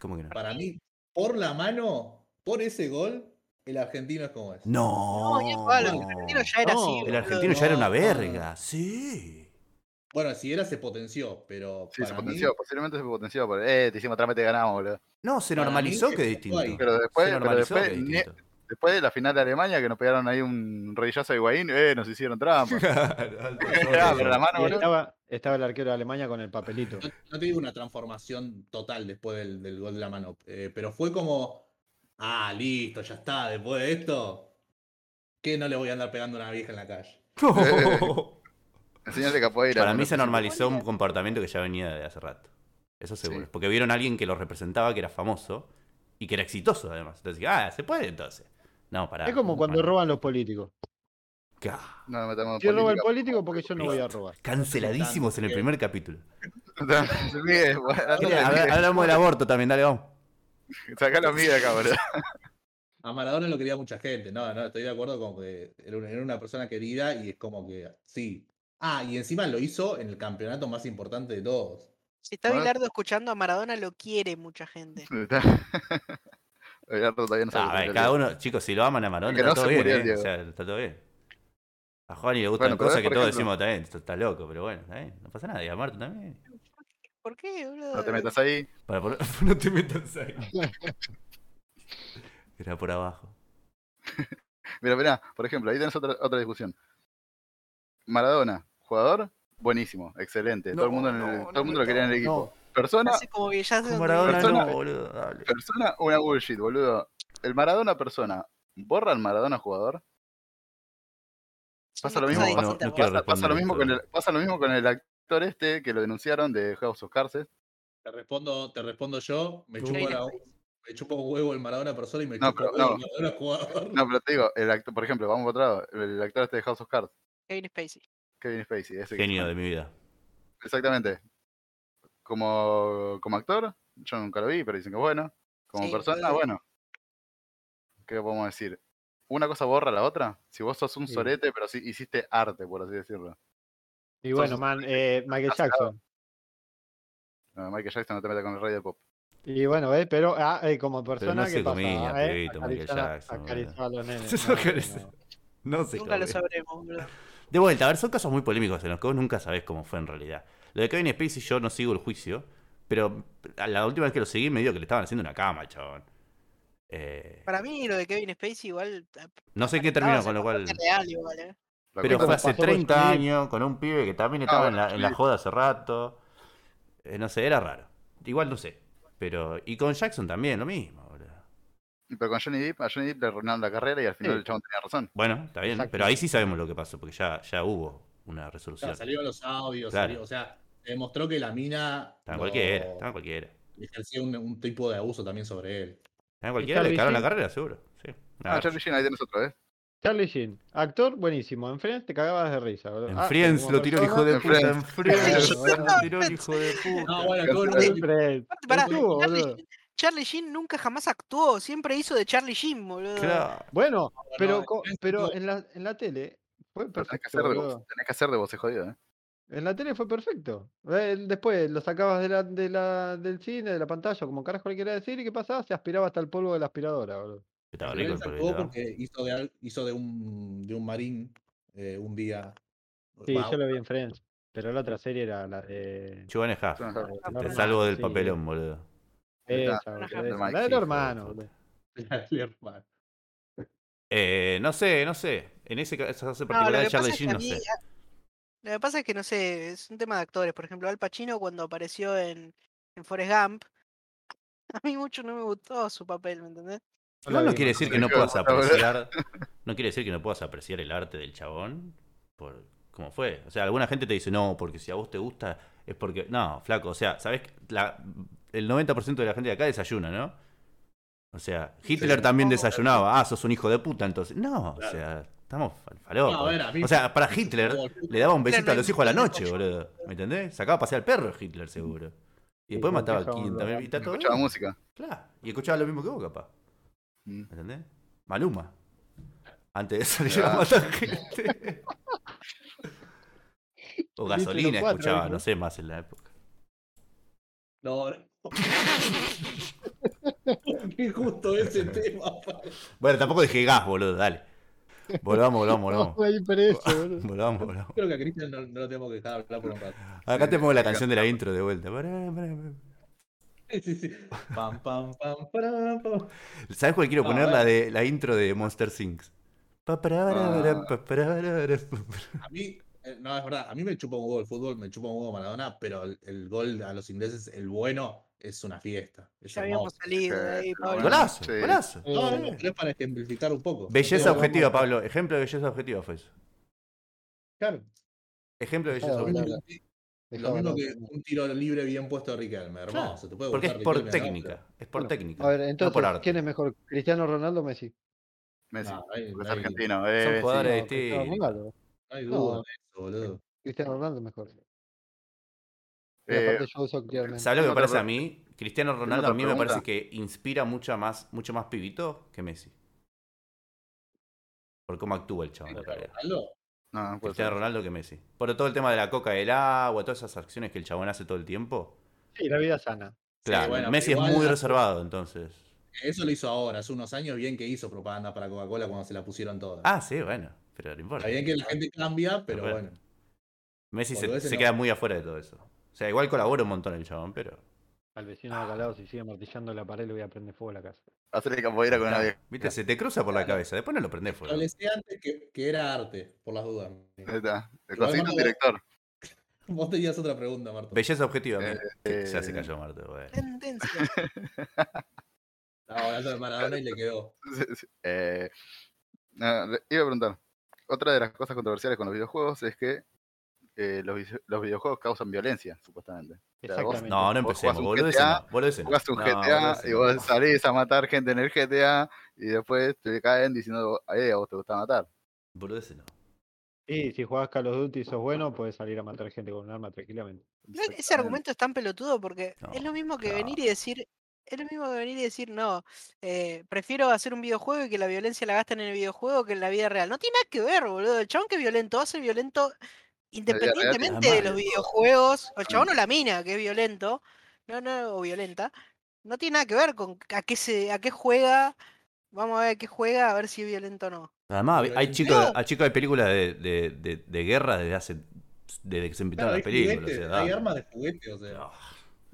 ¿Cómo que no?
Para mí, por la mano, por ese gol, el argentino es como es.
No.
No, y es malo, el argentino ya era
No,
así.
el
El
boludo.
argentino ya era una
No.
verga. Sí.
Bueno, si era se potenció, pero.
Sí, se
para mí-
potenció, posiblemente se potenció, pero eh, te hicimos trampa y te ganamos, boludo.
No, se
Para
normalizó
mí
que es
es
distinto.
ahí.
Pero después-
se
pero
normalizó
después
que es
ni-
distinto.
Después de la final de Alemania, que nos pegaron ahí un rodillazo de Higuaín, eh, nos hicieron trampa.
Claro, alto
ah, pero la
solo.
mano,
Y
boludo.
estaba, estaba el arquero de Alemania con el papelito.
No, no te digo una transformación total después del, del gol de la mano, eh, pero fue como, ah, listo, ya está, después de esto, que no le voy a andar pegando a una vieja en la calle.
Enseñate capoeira.
Para mí
boludo.
se normalizó un comportamiento que ya venía de hace rato. Eso seguro.
Sí.
Porque vieron a alguien que lo representaba, que era famoso y que era exitoso además. Entonces, ah, se puede entonces. No, para.
Es como cuando roban los políticos.
No, nos metamos en
Yo robo al
política.
político porque yo no voy a robar.
Canceladísimos en el primer capítulo.
Sí, Miguel, bueno,
Mire,
dándole
habla-
Miguel.
hablamos del aborto también, dale, vamos.
Sacalo a Miguel acá, boludo.
A Maradona lo quería mucha gente, no, no, estoy de acuerdo con que era una, era una persona querida y es como que, sí. Ah, y encima lo hizo en el campeonato más importante de todos.
Si está
Bueno.
Bilardo escuchando a Maradona, lo quiere mucha gente.
Está- Abelardo todavía no sabe
Ah, a
lo que
ver,
es
cada
el-
uno, chicos, si lo aman a Maradona,
Que no
está todo
se
bien,
murió,
eh,
Diego.
o sea, está todo bien. A Juani le gustan
Bueno, pero
cosas
ves,
que
por
todos
ejemplo-
decimos también, esto está loco, pero bueno, está bien, no pasa nada, y a Marta también.
¿Por qué, boludo?
No te metas ahí.
Para por... no te metas ahí. Era por abajo.
Mira, mirá, por ejemplo, ahí tenés otra, otra discusión. Maradona, jugador, buenísimo, excelente. todo el mundo, en el-
no,
todo el
no
mundo
me
lo quería en el equipo.
No,
Persona,
Hace como que ya sé
Con
dónde
Maradona
va.
Persona-
no, boludo, dale.
persona, una bullshit, boludo. El Maradona, persona. ¿Borra al Maradona jugador?
Son
pasa lo
dos
mismo,
cosas
No, no,
distintas,
no
boludo.
quiero
Pasa, pasa
responder
lo mismo
esto.
con el, pasa lo mismo con el actor este que lo denunciaron de House of Cards.
Te respondo, te respondo yo, me
No.
chupo la, me chupa un huevo el Maradona persona y me
No,
chupa
pero
un huevo
no.
el Maradona jugador.
No, pero te digo, el actor, por ejemplo, vamos para otro lado, el actor este de House of Cards,
Kevin Spacey.
Kevin Spacey, ese que-
Genio de mi vida.
Exactamente. Como, como actor, yo nunca lo vi, pero dicen que es bueno. Como
Sí.
persona, bueno. ¿Qué podemos decir? ¿Una cosa borra la otra? Si vos sos un
Sí.
sorete, pero sí hiciste arte, por así decirlo.
Y bueno,
Entonces,
man, eh, Michael
casado.
Jackson.
No, Michael Jackson no te meta con el rey de pop.
Y bueno, ¿ves? Pero ah, eh, como
Pero
persona
no
que
se comía,
pasaba, ¿eh?
pibito, Michael
Acariciaba-
Jackson, boludo.
acariciaba a los nenes.
Eso acaricia- No sé
Nunca lo
cómo.
sabremos, boludo.
De vuelta, a ver, son casos muy polémicos en los que vos nunca sabés cómo fue en realidad. Lo de Kevin Spacey, yo no sigo el juicio, pero a la última vez que lo seguí me dijo que le estaban haciendo una cama, chabón. Eh,
Para mí lo de Kevin Spacey igual... eh,
no sé qué
aparentaba
terminó,
ser
con lo cual.
bastante real igual, eh.
La
Pero fue
cosa-
como
hace
pasó con
30
Johnny Depp.
años con un pibe que
Ah,
también estaba en, la, en la
Johnny Depp.
joda hace rato. Eh, no sé, era raro. Igual no sé. Pero. Y con Jackson también, lo mismo, boludo.
pero con Johnny Depp, a Johnny Depp le arruinaron la carrera y al final
Sí.
el chabón tenía razón.
Bueno, está bien.
Exacto.
Pero ahí sí sabemos lo que pasó, porque ya, ya hubo una resolución.
Claro, salieron los audios,
Claro.
salió- o sea, se demostró que la mina
Estaba en
lo-
cualquiera, estaba en cualquiera. Estaba
ejercía un, un tipo de abuso también sobre él.
en cualquiera, le
Charlie
cagaron la
Sheen.
carrera, seguro. Sí. Una
Ah,
garcha.
Charlie Sheen, ahí tienes otro, ¿eh?
Charlie Sheen, actor buenísimo. En Friends te cagabas de risa, boludo.
En
Ah,
Friends
como
lo tiró el
persona,
hijo de
en
puta. En
Friends.
Friends
Bueno,
lo tiró el hijo de puta.
No, bueno,
Pero
todo
sí,
lo que-
en Friends.
Aparte, pará,
estuvo,
Charlie,
boludo.
Sheen- Charlie Sheen nunca jamás actuó, siempre hizo de Charlie Sheen, boludo.
Claro.
Bueno, pero,
no,
co-
Friends
pero
estuvo-
en la, en la tele fue
Pero tenés que
perfecto.
hacer de
boludo.
vos, tenés que hacer de vos, es jodido, ¿eh?
En la tele fue perfecto. Eh, Después lo sacabas de la, de la, del cine, de la pantalla, como carajo le quería decir, y qué pasaba, se aspiraba hasta el polvo de la aspiradora, boludo.
Estaba
Pero
rico
él
el
sacó
polvito.
porque hizo de, al- hizo de un, de un marín eh, un día.
Sí,
Wow.
yo lo vi en Friends. Pero la otra serie era la de.
Chubane Huff.
Yo no sé.
la de
Te
Norman,
salvo del
sí,
papelón, boludo.
esa,
Está-
boludo,
está
esa,
Mike,
La del
sí,
hermano,
joder,
boludo.
El hermano.
Eh, no sé, no sé. En ese caso en
No,
particular
lo
de
que
Charlie
pasa es que
Sheen,
a
no
mí-
sé.
a- lo que pasa es que no sé, es un tema de actores. Por ejemplo, Al Pacino cuando apareció en, en Forrest Gump, a mí mucho no me gustó su papel, ¿me entendés?
No la
Igual no
vi,
quiere decir que no
Creo que
puedas
vamos a hablar.
apreciar. No quiere decir que no puedas apreciar el arte del chabón por cómo fue. O sea, alguna gente te dice, no, porque si a vos te gusta, es porque. No, flaco, o sea, sabes el 90% de la gente de acá desayuna, ¿no? O sea, Hitler
Sí.
también
No,
desayunaba. Ah, sos un hijo de puta, entonces. No, o
Claro.
sea, estamos al falopa.
No, a ver, a mí-
o sea, para Hitler le daba un besito a los hijos a la
Hitler no
noche,
es-
boludo. ¿Me entendés? Sacaba a pasear al perro Hitler, seguro. Y
Sí,
después
con
mataba a
queja
Quinta.
boludo.
Y está todo
Escuchaba
bien.
música.
Claro. Y escuchaba lo mismo que vos, capaz.
Mm.
¿Me entendés? Maluma. Antes de salir a
Ah.
matar gente. o
Viste los
gasolina
cuatro,
escuchaba,
¿viste?
no sé, más en la época.
No, no. Qué justo ese tema. pa.
Bueno, tampoco dije gas, boludo, dale. Volvamos, volvamos, volvamos.
Fue ahí preso, boludo.
volvamos, volvamos.
Creo que a Cristian no, no lo tenemos que dejar hablar por un rato.
Acá te pongo la canción de la intro de vuelta. Pará, pará, pará.
Sí, sí, sí. Pam, pam, pam, pam, pam.
¿Sabes cuál quiero
Ah,
poner?
bueno.
La de la intro de Monster Things. Pa, pará, pará, pará, pa, pará, pará, pará, pará.
A mí, eh, no, es verdad, a mí me chupa un huevo el fútbol, me chupa un huevo Maradona, pero el, el gol a los ingleses, el bueno, es una fiesta. Es
Ya habíamos
hermoso.
salido de ahí,
Pero
Pablo.
bueno.
Golazo,
Sí.
golazo.
No,
Eh,
no, pero es para ejemplificar un poco.
Belleza
No tengo-
objetiva, Pablo. Ejemplo de belleza objetiva fue eso.
Claro,
Ejemplo de belleza
Ah,
lo
objetiva.
mismo
bueno.
que-
dejá
lo mismo
hablar,
que
boludo.
un tiro libre bien puesto de Riquelme, hermoso.
Claro,
te puede
Porque es
gustar
por
Riquelme o no,
técnica. Es por
Bueno,
técnica.
A ver,
no por
entonces,
arte.
¿quién es mejor? ¿Cristiano Ronaldo o Messi?
Messi,
pero- No, no hay-
porque es
no hay-
argentino.
Son
eh,
jugadores-
sí.
Ahora
No, Cristiano
distinto.
Ronaldo.
no hay
No.
duda de eso, boludo.
Cristiano Ronaldo mejor. Y
Eh,
aparte yo uso Cristiano.
¿Sabes lo que me
otra
parece
pre-
a mí? Cristiano Ronaldo
otra
a mí me parece
pregunta?
que inspira mucho más, mucho más pibito que Messi. Por cómo actúa el chabón en realidad.
Ronaldo,
No,
Pues
no puede
Cristiano
ser.
Ronaldo que Messi. Por todo el tema de la coca del agua, todas esas acciones que el chabón hace todo el tiempo.
Sí, la vida sana.
Claro,
bueno,
Messi es
pero igual
muy
la-
reservado entonces.
Eso lo hizo ahora, hace unos años, bien que hizo propaganda para Coca-Cola cuando se la pusieron todas.
Ah, sí, bueno, pero no importa.
Está bien que la gente cambia, pero
Bueno.
bueno.
Messi se,
boludeces
se
no.
queda muy afuera de todo eso. O sea, igual colabora un montón el chabón, pero.
Al vecino de acá al lado, si sigue martillando la pared, le voy a prender fuego a la casa.
Hacerle capoeira con una vieja.
Viste, se te cruza por la cabeza, después no lo prendés fuego.
Establecí antes que, que era arte, por las dudas.
Ahí está. El
Igual
cosito,
no-
el director.
Vos tenías otra pregunta, Marta.
Belleza objetiva, mira.
eh,
Ya se cayó Marta, bueno.
Tendencia.
Estaba hablando de Maradona y le quedó.
Sí, sí. Eh, no, le- iba a preguntar. Otra de las cosas controversiales con los videojuegos es que eh, los, vise- los videojuegos causan violencia, supuestamente. sea, vos-
Exactamente.
No, no
Vos jugás
empecemos,
un
boludo.
GTA,
No, boludece no.
Jugás un
No,
GTA
boludece
y
no.
vos salís a matar gente en el GTA y después te caen diciendo, eh, a vos te gusta matar.
Boludece no.
Sí, si jugás Call of Duty y sos bueno, puedes salir a matar gente con un arma tranquilamente.
Igual Ese argumento es tan pelotudo porque es
No,
lo mismo que venir
claro.
y decir, es lo mismo que venir y decir, no, eh, prefiero hacer un videojuego y que la violencia la gasten en el videojuego que en la vida real. No tiene nada que ver, boludo. El chabón que es violento va a ser
vida
violento
real tiene
independientemente de
más
los
videojuegos.
videojuegos. O el chabón o la mina que es violento, no, no, o violenta. No tiene nada que ver con a qué se, a qué juega. Vamos a ver a qué juega, a ver si es violento o no.
Además,
Pero
hay
hay-
chicos,
No.
hay chicos de películas de, de, de, de guerra desde hace. desde que se inventaron
Claro, hay
las películas.
juguetes,
o sea,
hay
dale.
armas de juguete, o sea.
No.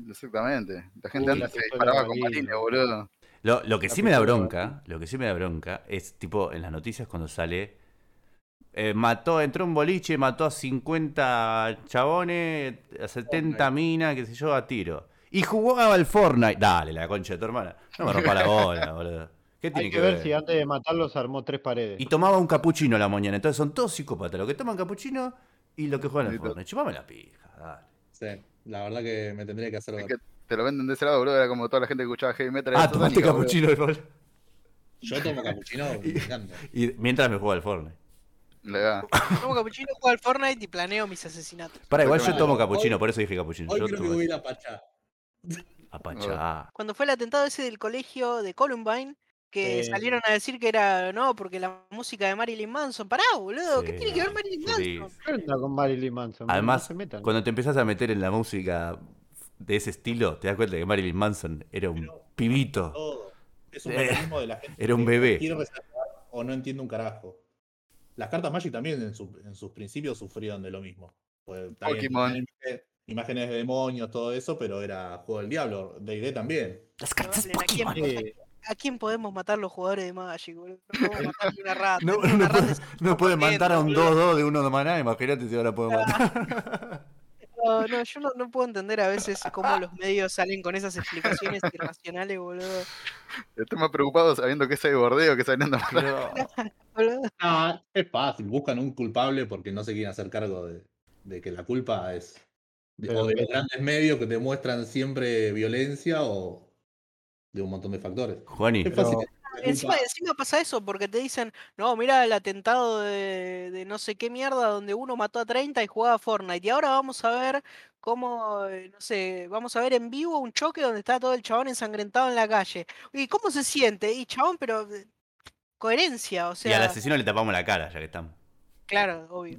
Exactamente. La gente
Uy,
anda y se
eso era
disparaba con
horrible.
balines, boludo.
Lo, lo que
La
sí me da
pistola.
bronca, lo que sí me da bronca es tipo en las noticias cuando sale. eh, mató, entró un boliche, mató a 50 chabones, a 70 minas, qué sé yo, a tiro. Y jugaba al Fortnite. Dale, la concha de tu hermana. No me rompa la bola, boludo. ¿Qué tiene
Hay que ver si antes de matarlos armó tres paredes.
Y tomaba un capuchino a la mañana. Entonces son todos psicópatas. Los que toman capuchino y los que juegan al
Sí, to-
Fortnite. Chupame la pija, dale.
Sí, la verdad que me tendría que hacer
Es
ver.
que te lo venden de ese lado, boludo. Era como toda la gente que escuchaba heavy metal. era
Ah, tomaste
satánica, boludo.
capuchino, boludo.
Yo tomo capuchino, me encanta.
Y mientras me juego al Fortnite.
Le da.
Tomo capuchino, juego al Fortnite y planeo mis asesinatos.
Para, igual yo
Claro.
tomo capuchino, por eso dije capuchino.
Hoy
Yo
creo que
tomo-
voy a ir a Pachá.
Apachá.
cuando fue el atentado ese del colegio de Columbine, que
Sí.
salieron a decir que era no, porque la música de Marilyn Manson. Pará, boludo, ¿qué
Sí,
tiene que ver
no,
Marilyn
sí.
Manson?
¿Qué onda con Marilyn Manson? No
Además,
se metan.
Cuando te empezás a meter en la música de ese estilo, te das cuenta que Marilyn Manson era un
Pero-
pibito,
Todo. Es un
Eh,
mecanismo de la gente
era un
que
bebé.
quiere resaltar o no entiende un carajo. Las cartas Magic también en, su- en sus principios sufrieron de lo mismo. Pues, está bien,
Pokémon.
imágenes- Imágenes de demonios, todo eso, pero era juego del diablo. D&D también.
Las
No,
cartas
Valen, ¿a quién
Pokémon.
podemos-
Sí.
¿A quién podemos matar los jugadores de Magic, boludo? No podemos matar ni una rata.
No,
ni una
no,
rata
puede-
es-
no puede
corriendo,
matar a un
boludo.
2-2 de uno de maná, imagínate si ahora puedo matar.
no, no, yo no, no puedo entender a veces cómo los medios salen con esas explicaciones irracionales, boludo.
Estoy más preocupado sabiendo que es bordeo que saliendo a matar.
Pero-
Boludo,
Ah, es fácil, buscan un culpable porque no se quieren hacer cargo de, de que la culpa es de,
Pero
o de
que-
los grandes medios que te muestran siempre violencia o de un montón de factores.
Juani,
Es fácil. la
Encima,
culpa-
encima pasa eso, porque te dicen, no, mira el atentado de, de no sé qué mierda donde uno mató a 30 y jugaba a Fortnite. Y ahora vamos a ver cómo, eh, no sé, vamos a ver en vivo un choque donde está todo el chabón ensangrentado en la calle. ¿Y cómo se siente? Y chabón, pero eh, coherencia, o
y al
sea,
asesino le tapamos la cara, ya que estamos.
claro, obvio.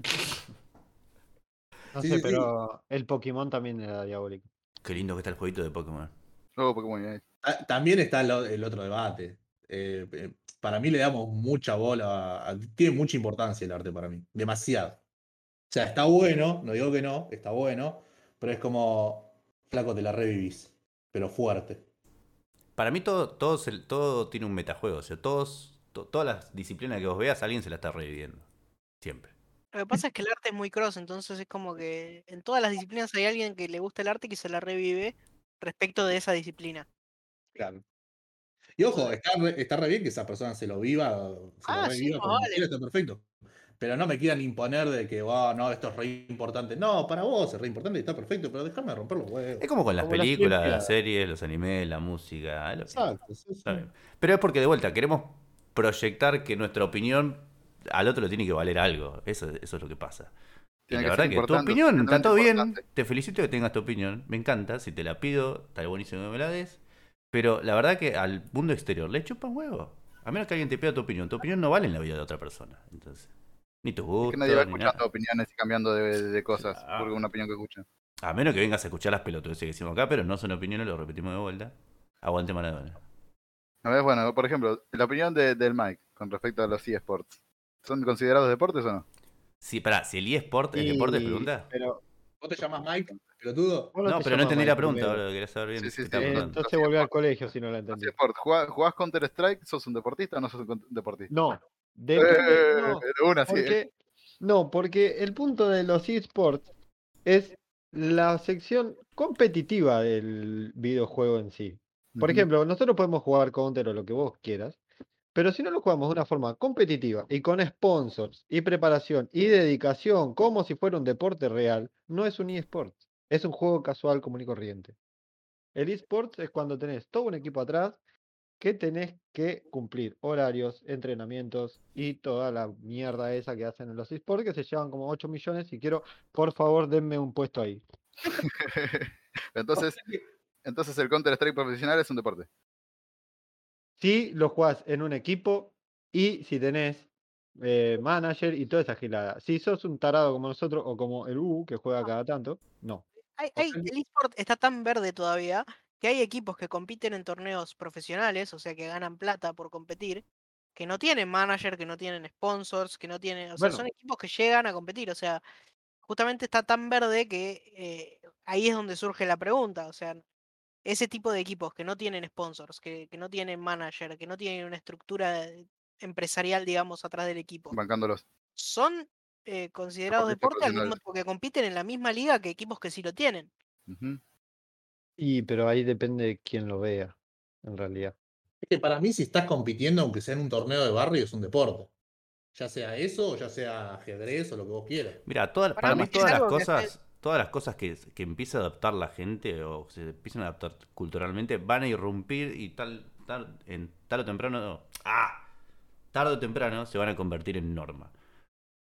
No
Sí,
sé,
sí, sí.
pero el Pokémon también era diabólico.
Qué lindo que está el jueguito de Pokémon.
Luego Pokémon. eh.
ta- Ah, También está el, o- el otro debate. Eh, eh, para mí le damos mucha bola, a- a- tiene mucha importancia el arte para mí, demasiado. O sea, está bueno, no digo que no, está bueno, pero es como, flaco, te la revivís, pero fuerte.
Para mí todo, todo, se- todo tiene un metajuego. O sea, todos, to- todas las disciplinas que vos veas, alguien se la está reviviendo. Siempre.
Lo que pasa es que el arte es muy cross, entonces es como que en todas las disciplinas hay alguien que le gusta el arte y que se la revive respecto de esa disciplina.
Claro. Y ojo, está re, está re bien que esa persona se lo viva, se lo
Ah, sí,
reviva
más
como
vale.
quiera, está perfecto. Pero no me quieran imponer de que, oh, no, esto es re importante. No, para vos es re importante y está perfecto, pero déjame romper los huevos.
Es como con las
Como las
películas, las,
ciencias.
series, los animes, la música. es lo mismo.
Exacto, sí, sí.
Está bien. Pero es porque de vuelta queremos proyectar que nuestra opinión al otro le tiene que valer algo. Eso, eso es lo que pasa. Y
Tiene
la
que ser
verdad que tu
importante,
opinión está todo bien.
importante.
Te felicito que tengas tu opinión. Me encanta. Si te la pido, está buenísimo que me la des. Pero la verdad que al mundo exterior le chupan huevo. A menos que alguien te pida tu opinión. Tu opinión no vale en la vida de otra persona. Entonces, ni tu
Es
gusto.
que nadie va
ni
escuchando
nada.
opiniones y cambiando de, de cosas.
Claro.
Porque una opinión que escuchan.
A menos que vengas a escuchar las pelotudeces que decimos acá, pero no son opiniones, lo repetimos de vuelta. Aguante Maradona.
A ver, bueno, por ejemplo, la opinión de- del Mike con respecto a los eSports. ¿Son considerados deportes o no?
Sí, pará, si el eSport es
Y-
deporte, pregunta.
Pero
¿Vos te llamas Mike, pelotudo?
vos
No,
te
pero no
llamas
entendí la
Michael
pregunta,
Bell.
boludo. Quería saber bien
Sí, sí,
qué
sí.
estaba
Eh,
hablando.
preguntando.
entonces volví al colegio si no la
Los
entendí.
eSports. ¿Jugás, jugás Counter-Strike? ¿Sos un deportista o no sos un con- deportista?
No,
Eh,
depende- no,
de una, sí. eh.
porque, no, porque el punto de los eSports es la sección competitiva del videojuego en sí. Por
Ujú.
ejemplo, nosotros podemos jugar Counter o lo que vos quieras, Pero si no lo jugamos de una forma competitiva y con sponsors y preparación y dedicación, como si fuera un deporte real, no es un eSport. Es un juego casual, común y corriente. El eSport es cuando tenés todo un equipo atrás que tenés que cumplir horarios, entrenamientos y toda la mierda esa que hacen en los eSports, que se llevan como 8 millones y quiero, por favor, denme un puesto ahí.
entonces, entonces el Counter Strike profesional es un deporte.
Si lo jugás en un equipo y si tenés eh, manager y toda esa gilada. Si sos un tarado como nosotros o como el U que juega cada tanto, no.
Hay- hay- el eSport está tan verde todavía que hay equipos que compiten en torneos profesionales, o sea que ganan plata por competir, que no tienen manager, que no tienen sponsors, que no tienen. O sea, son
Bueno.
equipos que llegan a competir. O sea, justamente está tan verde que eh, ahí es donde surge la pregunta. O sea, ese tipo de equipos que no tienen sponsors, que, que no tienen manager, que no tienen una estructura eh, empresarial, digamos, atrás del equipo
Bancándolos.
son eh, considerados
Deportistas
deporte al mismo
profesionales.
tiempo que compiten en la misma liga que equipos que sí lo tienen.
Ujú.
Y pero ahí depende de quién lo vea, en realidad.
Es que para mí, si estás compitiendo, aunque sea en un torneo de barrio, es un deporte. Ya sea eso, o ya sea ajedrez o lo que vos quieras.
Mira, toda-
Para
para
mí
mí
es
todas las
algo que
cosas, todas las cosas que, que empieza a adaptar la gente o se empiezan a adaptar culturalmente van a irrumpir y tal, tal, en tal o temprano, ah, tarde o temprano se van a convertir en norma.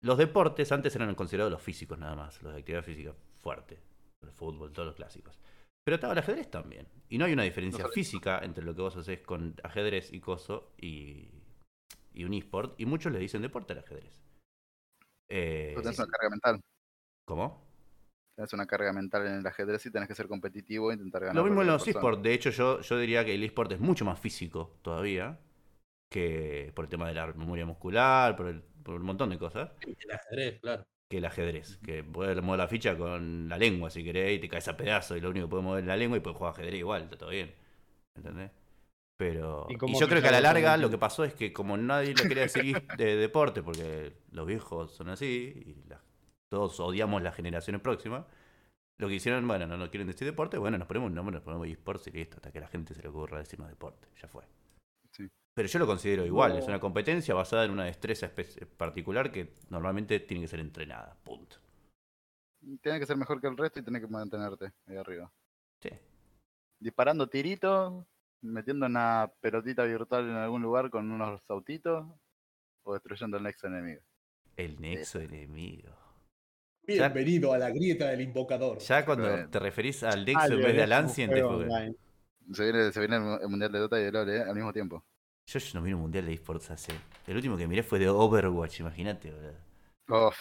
Los deportes antes eran considerados los físicos nada más, los de actividad física fuerte, el fútbol, todos los clásicos. Pero estaba el ajedrez también. Y no hay una diferencia
Los
física entre lo que vos haces con ajedrez y coso y, y un esport. Y muchos le dicen deporte al ajedrez. Eh,
Pero tenés una carga mental.
¿Cómo?
Tenés una carga mental en el ajedrez y tenés que ser competitivo e intentar ganar.
Lo mismo en los
esports.
esports. De hecho, yo, yo diría que el esport es mucho más físico todavía que por el tema de la memoria muscular, por, el- por un montón de cosas,
El ajedrez, claro.
que el ajedrez. Que puedes mover la ficha con la lengua si querés y te caes a pedazos y lo único que puedes mover es la lengua y puedes jugar ajedrez igual, está todo bien. ¿Entendés? Pero.
Y
Y,
como
yo creo que a la
fichado
larga
también.
lo que pasó es que como nadie lo quería decir de deporte, porque los viejos son así, y la- todos odiamos las generaciones próximas, lo que hicieron, bueno, no, no quieren decir deporte, bueno, nos ponemos un nombre, nos ponemos esports y listo, hasta que a la gente se le ocurra decirnos deporte, ya fue.
Sí.
Pero yo lo considero igual,
Bueno.
es una competencia basada en una destreza espe- particular que normalmente tiene que ser entrenada, punto.
Tienes que ser mejor que el resto y tenés que mantenerte ahí arriba.
Sí.
Disparando tiritos, metiendo una pelotita virtual en algún lugar con unos autitos o destruyendo el next enemigo.
El nexo enemigo.
Bienvenido a la grieta del invocador.
Ya cuando
Bueno.
te referís al
Ah,
nexo en
el
vez de
Leones
al
es un
Ancient, es
juego
porque-
online.
Se viene, se viene el mu- el mundial de Dota y de LoL eh, al mismo tiempo.
Yo ya no miro un mundial de esports hace. El último que miré fue de Overwatch, imagínate, boludo.
Oh,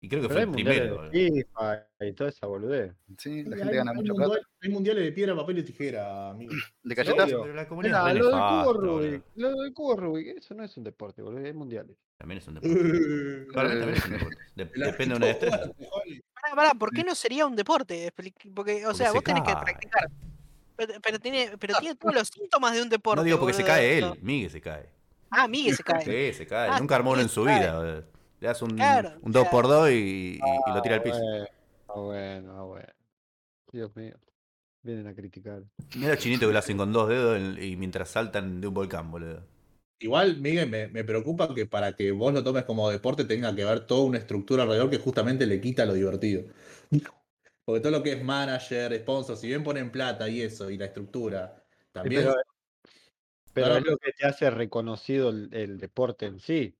Y creo que
Pero
fue
hay
el
mundiales
primero,
de
boludo.
FIFA y toda esa boludez.
sí, la
Hay-
gente
hay-
gana
hay
mucho
mundial-
plata.
Hay mundiales de piedra, papel y tijera, amigo. Sí,
¿De galletas?
obvio.
Pero la
Mirá,
comunidad es re
lo del
nefasta,
cubo
boludo.
Rubik, lo del cubo Rubik, eso no es un deporte, boludo, hay mundiales.
También es un deporte.
El
Para mí también es un deporte. De- depende de
arquitecto
una destreza.
fuerte, Jolly.
Pará, Ah, pará, ¿por qué no sería un deporte? Expli- Porque, o
Porque
sea,
se
vos tenés que
cae.
practicar. Pero, pero tiene, pero tiene todos los síntomas de un deporte.
No digo porque se
boludo,
cae
eso.
él, Migue se cae.
Ah, Miguel se cae.
Sí, se cae.
Ah,
Nunca armó uno en
sí,
su
se cae.
vida, boludo. Le das un
Claro, o
2x2
sea.
y, y- y lo tira al piso.
Bueno, ah, bueno, ah, bueno. Dios mío, vienen a criticar.
Mira los chinitos que lo hacen con dos dedos en- y mientras saltan de un volcán, boludo.
Igual, Miguel, me, me preocupa que para que vos lo tomes como deporte tenga que haber toda una estructura alrededor que justamente le quita lo divertido. Porque todo lo que es manager, sponsor, si bien ponen plata y eso, y la estructura,
Sí,
también.
Pero, pero
Claro.
es lo que te hace reconocido el, el deporte en sí.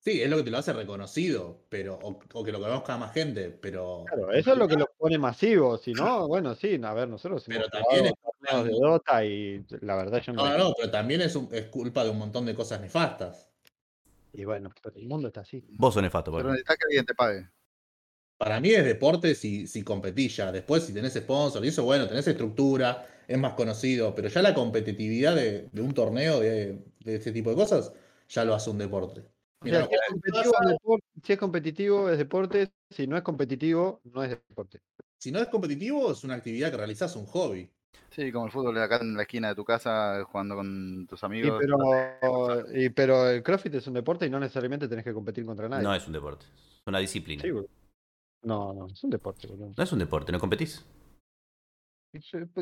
Sí, es lo que te lo hace reconocido, pero, o, o que lo conozca más gente, pero.
Claro, eso es lo que lo pone masivo. Si no, bueno, sí, a ver, nosotros
Pero
hemos
también
jugado torneos de Dota y la verdad yo no.
No,
me-
no, no, pero también es, un- es culpa de un montón de cosas nefastas.
Y bueno, pero el mundo está así.
Vos sos nefasto,
Pero
boludo.
necesitas que alguien te pague.
Para mí es deporte si, si competís ya. Después, si tenés sponsor y eso, bueno, tenés estructura, es más conocido. Pero ya la competitividad de, de un torneo, de, de este tipo de cosas, ya lo hace un deporte.
O
Mirá,
sea, si es competitivo, es deporte, si es competitivo es deporte, si no es competitivo no es deporte.
si no es competitivo, es una actividad que realizás, un hobby.
Sí, como el fútbol acá en la esquina de tu casa, jugando con tus
Y
amigos.
pero, y pero el CrossFit es un deporte y no necesariamente tenés que competir contra nadie.
No es un deporte. Es una disciplina.
Sí, boludo. No, no, es un deporte, boludo.
No es un deporte, no competís.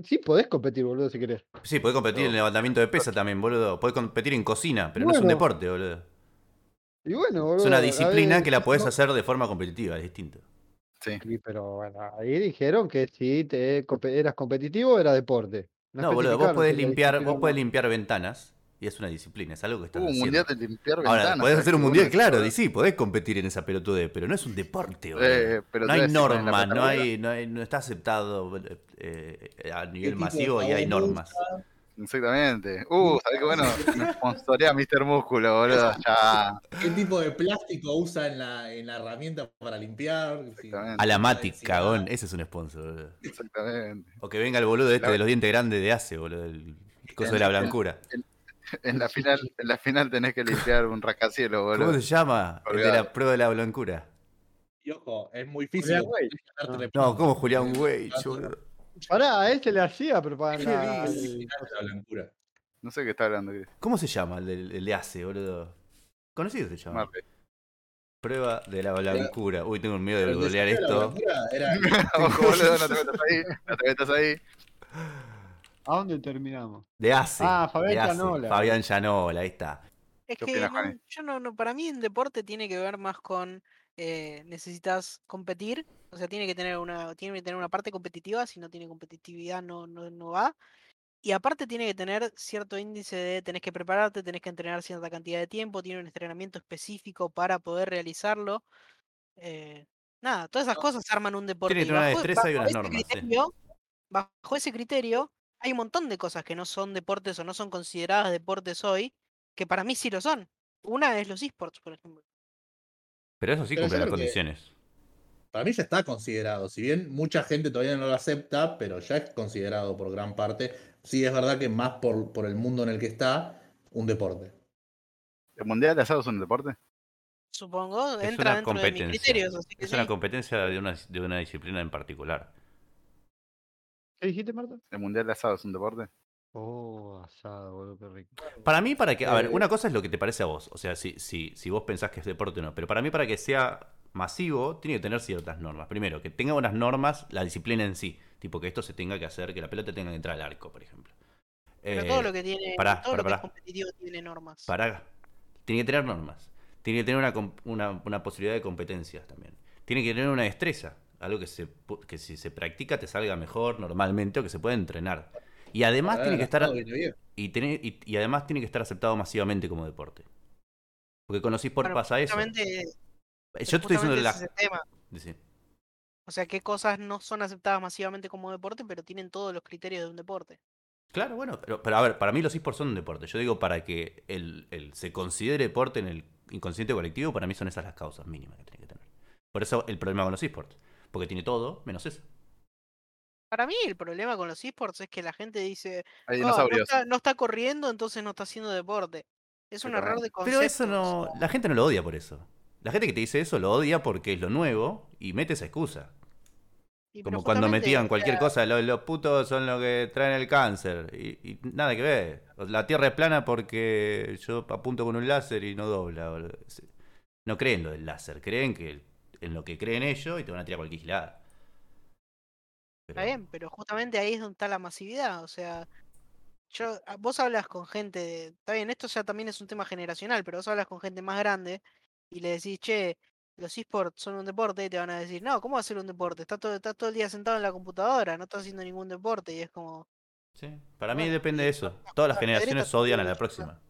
Sí, podés competir, boludo, si querés.
Sí, podés competir en levantamiento de pesa también, boludo. Podés competir en cocina, pero no es un
Bueno.
deporte, boludo.
Y bueno, boludo.
Es una
a
disciplina
ver,
que la podés
no-
hacer de forma competitiva, es distinto.
Sí.
Sí, pero bueno, ahí dijeron que si te compe- eras competitivo era deporte.
No, boludo, vos
especificaron
podés
si la
limpiar,
disciplina
vos podés
no. Uh,
limpiar ventanas y es una disciplina, es algo que estás
Hubo Uh, un
haciendo.
mundial de limpiar ventanas. ¿eh?
Ahora, podés
¿sabes
hacer un
qué
mundial,
bueno?
claro, y sí, podés competir en esa pelotudez, pero no es un deporte, boludo.
Eh, pero
no
te
hay
voy a decir, en la
normas, no
pasarela,
hay, no hay- no está aceptado eh, eh, a nivel
tipo de
masivo y
jugador
hay normas.
Exactamente. Uh, sabés que bueno, me sponsorea Mr. Músculo, boludo. Ya.
¿Qué tipo de plástico usa en la, en la herramienta para limpiar? Sí.
Exactamente.
A la Matic,
Sí,
cagón,
nada.
ese es un sponsor, boludo.
Exactamente.
O que venga el boludo este
La-
de los dientes grandes de Ace, boludo, el coso de la blancura.
En la final, en la final tenés que limpiar un rascacielos,
¿Cómo
boludo.
se llama? El de la
Colgado.
prueba de la blancura.
Y ojo, es muy
Julián
físico.
Wey.
ganártele
No, ¿cómo Julián Wey, boludo?
Pará, a este le hacía propaganda.
la-
al-
la blancura.
No sé qué está hablando, Chris.
¿Cómo se llama el, del- el de Ace, boludo? Conocido se llama.
Marley.
Prueba de la blancura. Uy, tengo miedo de
Pero el
googlear
diseño de la
esto.
blancura era-
Ojo, boludo, no te metas ahí. No te metas ahí.
¿A dónde terminamos?
De Ace.
Ah, Fabián
de Ace.
Gianola.
Fabián Gianola, ahí está.
Es
¿Qué
que
opinas,
no-
Juanes?
yo no, no, para mí en deporte tiene que ver más con eh, necesitas competir, o sea, tiene que tener una, tiene que tener una parte competitiva, si no tiene competitividad no, no, no va. Y aparte tiene que tener cierto índice de tenés que prepararte, tenés que entrenar cierta cantidad de tiempo, tiene un entrenamiento específico para poder realizarlo. eh, nada, todas esas
No.
cosas arman un deporte.
que
y
tener una
bajo-
destreza y
bajo
unas
ese
normas, sí.
criterio- bajo ese criterio, hay un montón de cosas que no son deportes o no son consideradas deportes hoy, que para mí sí lo son. Una es los esports, por ejemplo.
Pero eso sí
Pero
cumple
yo creo
las
que-
condiciones.
Para mí ya está considerado, si bien mucha gente todavía no lo acepta, pero ya es considerado por gran parte. Sí, es verdad que más por, por el mundo en el que está, un deporte.
¿El mundial de asado es un deporte?
Supongo,
Es
entra
una
dentro de mis
competencia.
criterios, así que
Es una
sí.
competencia de una, de una disciplina en particular.
¿Qué dijiste, Marta?
¿El mundial de asado es un deporte?
Oh, asado, boludo, qué rico.
Para mí, para que. A ver,
Eh,
una cosa es lo que te parece a vos. O sea, si, si, si vos pensás que es deporte o no. Pero para mí, para que sea masivo, tiene que tener ciertas normas. Primero, que tenga unas normas la disciplina en sí. Tipo, que esto se tenga que hacer, que la pelota tenga que entrar al arco, por ejemplo.
Pero
Eh,
todo lo que tiene,
pará,
todo lo
pará,
que
pará.
es competitivo tiene normas.
Para. Tiene que tener normas. Tiene que tener una, com- una- una posibilidad de competencias también. Tiene que tener una destreza. Algo que, se, pu- que si se practica te salga mejor normalmente o que se pueda entrenar. Y además
Ahora,
tiene que
el
estar
asado viene bien.
y, tiene- y- y además tiene que estar aceptado masivamente como deporte. Porque conocí por
Bueno,
pasa eso. Yo
Justamente,
te estoy diciendo
justamente
la...
ese es el tema.
Dice,
O sea, qué cosas no son aceptadas masivamente como deporte, pero tienen todos los criterios de un deporte.
Claro, bueno, pero, pero a ver, para mí los esports son un deporte. Yo digo para que el, el- se considere deporte en el inconsciente colectivo, para mí son esas las causas mínimas que tiene que tener. Por eso el problema con los esports. Porque tiene todo menos eso.
Para mí el problema con los esports es que la gente dice,
Hay
"Ah, no,
dinosaurios.
está, no está corriendo, entonces no está haciendo deporte. Es un error de concepto.
Pero eso no. La gente no lo odia por eso. La gente que te dice eso lo odia porque es lo nuevo y mete esa excusa.
Y pero
Como cuando
justamente,
metían
o
cualquier
sea,
cosa, los, los putos son los que traen el cáncer. Y, y nada que ver. O La tierra es plana porque yo apunto con un láser y no dobla. boludo. Se- No creen lo del láser, creen que en lo que creen ellos y te van a tirar cualquier gilada. Pero-
Está bien, pero justamente ahí es donde está la masividad. O sea, yo, a- vos hablas con gente, de- está bien, esto ya también es un tema generacional, pero vos hablas con gente más grande y le decís, che, los esports son un deporte, y te van a decir, no, ¿cómo va a ser un deporte? Estás todo, estás todo el día sentado en la computadora, no estás haciendo ningún deporte, y es como,
Sí, Para mí
Bueno,
depende
y-
de eso. Todas las
la
generaciones
derecha
odian a la
también,
próxima.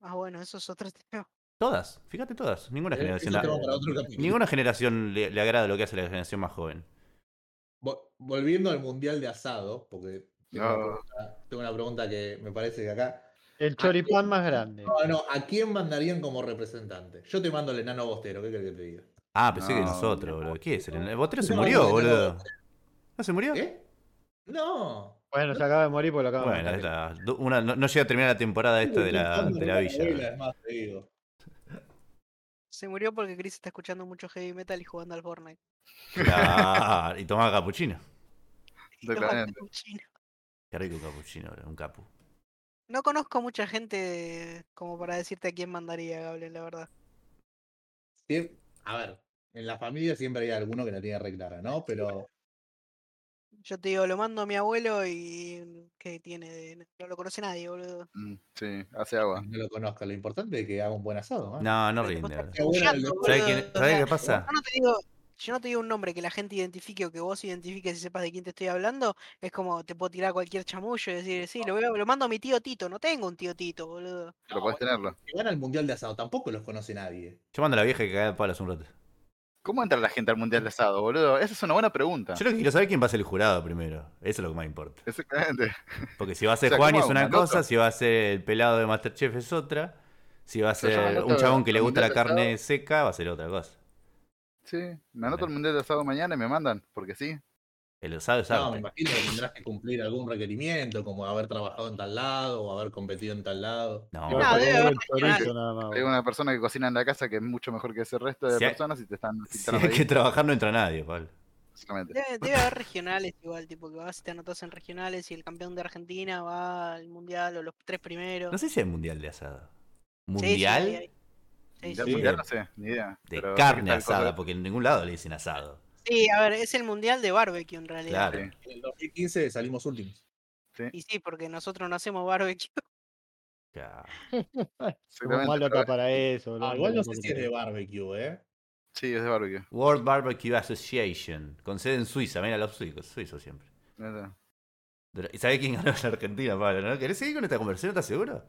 ah, bueno, eso es otro tema.
Todas, fíjate todas. Ninguna
Eh, eso
generación,
es tema para otro capítulo.
ninguna generación le, le agrada lo que hace la generación más joven.
Vol- Volviendo al mundial de asado, porque tengo,
No.
una pregunta, tengo una pregunta que me parece que acá.
ah, eh,
El choripán más grande.
No, no, ¿a quién mandarían como representante? Yo te mando el enano bostero, ¿qué querés que te diga?
Ah, pensé que
No,
nosotros, boludo. ¿Qué es? El, el botero se
No,
murió,
no, no,
boludo.
no.
¿No se murió?
¿Qué? ¿Eh? No.
Bueno, se acaba de morir por lo acaba
Bueno,
de
ahí
matar.
está. Du- una- no, no llega a terminar la temporada esta Este de la, de la
Abuela,
villa.
es más, te digo.
Se murió porque Chris está escuchando mucho heavy metal y jugando al Fortnite.
Claro, y tomaba capuchino.
Y toma
Claramente.
cappuccino.
Qué rico capuchino, boludo, un capu.
No conozco mucha gente como para decirte a quién mandaría, Gabriel, la verdad.
Sie- A ver, en la familia siempre hay alguno que la tiene re clara, ¿no? Pero
Yo te digo, lo mando a mi abuelo y. ¿Qué tiene? de- No lo conoce nadie, boludo.
Mm, Sí, hace agua.
No lo conozca. Lo importante es que haga un buen asado. ¿eh?
No, no
Pero
rinde.
tampoco-
boludo.
Mi abuelo,
Chato,
el-
¿Sabés,
boludo,
quién-
o
sabés
sea,
qué pasa?
Yo no te digo, yo no te digo un nombre que la gente identifique o que vos identifiques y sepas de quién te estoy hablando, es como te puedo tirar cualquier chamullo y decir, sí, lo, veo- lo mando a mi tío Tito, no tengo un tío Tito, boludo.
Pero podés tenerlo.
que van al mundial de asado tampoco los conoce nadie.
Yo mando a la vieja que cae de palos un rato.
¿Cómo entra la gente al mundial de asado, boludo? Esa es una buena pregunta.
Yo lo que quiero saber es quién va a ser el jurado primero. Eso es lo que más importa.
Exactamente.
Porque si va a ser
O sea,
Juan
¿cómo
es
hago?
una
¿Anoto?
cosa, si va a ser el pelado de Masterchef es otra, si va a
sea, yo
ser
anoto
un chabón que le
al
gusta la
mundial de
carne seca, va a ser otra cosa.
Sí, me anoto el mundial de asado mañana y me mandan, porque sí.
El asado es
No, me
arte.
imagino que tendrás que cumplir algún requerimiento, como haber trabajado en tal lado o haber competido en tal lado.
No,
Igual
No,
por
debe
ahí
haber
el
regional.
chorizo nada más,
Hay
boludo.
una persona que cocina en la casa que es mucho mejor que ese resto de
Si hay-
personas y te están
si
filtrando
hay
ahí,
que trabajar no entra nadie, Pablo.
básicamente.
Debe, debe haber regionales igual, tipo que vas y te anotás en regionales y el campeón de Argentina va al mundial o los tres primeros.
No sé si hay mundial de asado.
Sí, sí,
¿Mundial?
hay- hay. Sí,
Ya
sí,
mundial no sé, ni idea.
De
pero
carne
tal cosa-
asada, porque en ningún lado le dicen asado.
Sí, a ver, es el mundial de barbecue en realidad.
Claro.
Sí.
En el 2015 salimos últimos.
Y sí, porque nosotros no hacemos barbecue.
Claro.
Somos
Exactamente,
malos
pero-
para eso, boludo.
Ah, igual no sé si es de barbecue, ¿eh?
Sí, es de barbecue.
World Barbecue Association, con sede en Suiza, mira los suizos, suizos siempre.
Neta.
Dura- ¿Y sabés quién ganó en la Argentina, Pablo? ¿no? ¿Querés seguir con esta conversación? ¿Estás seguro?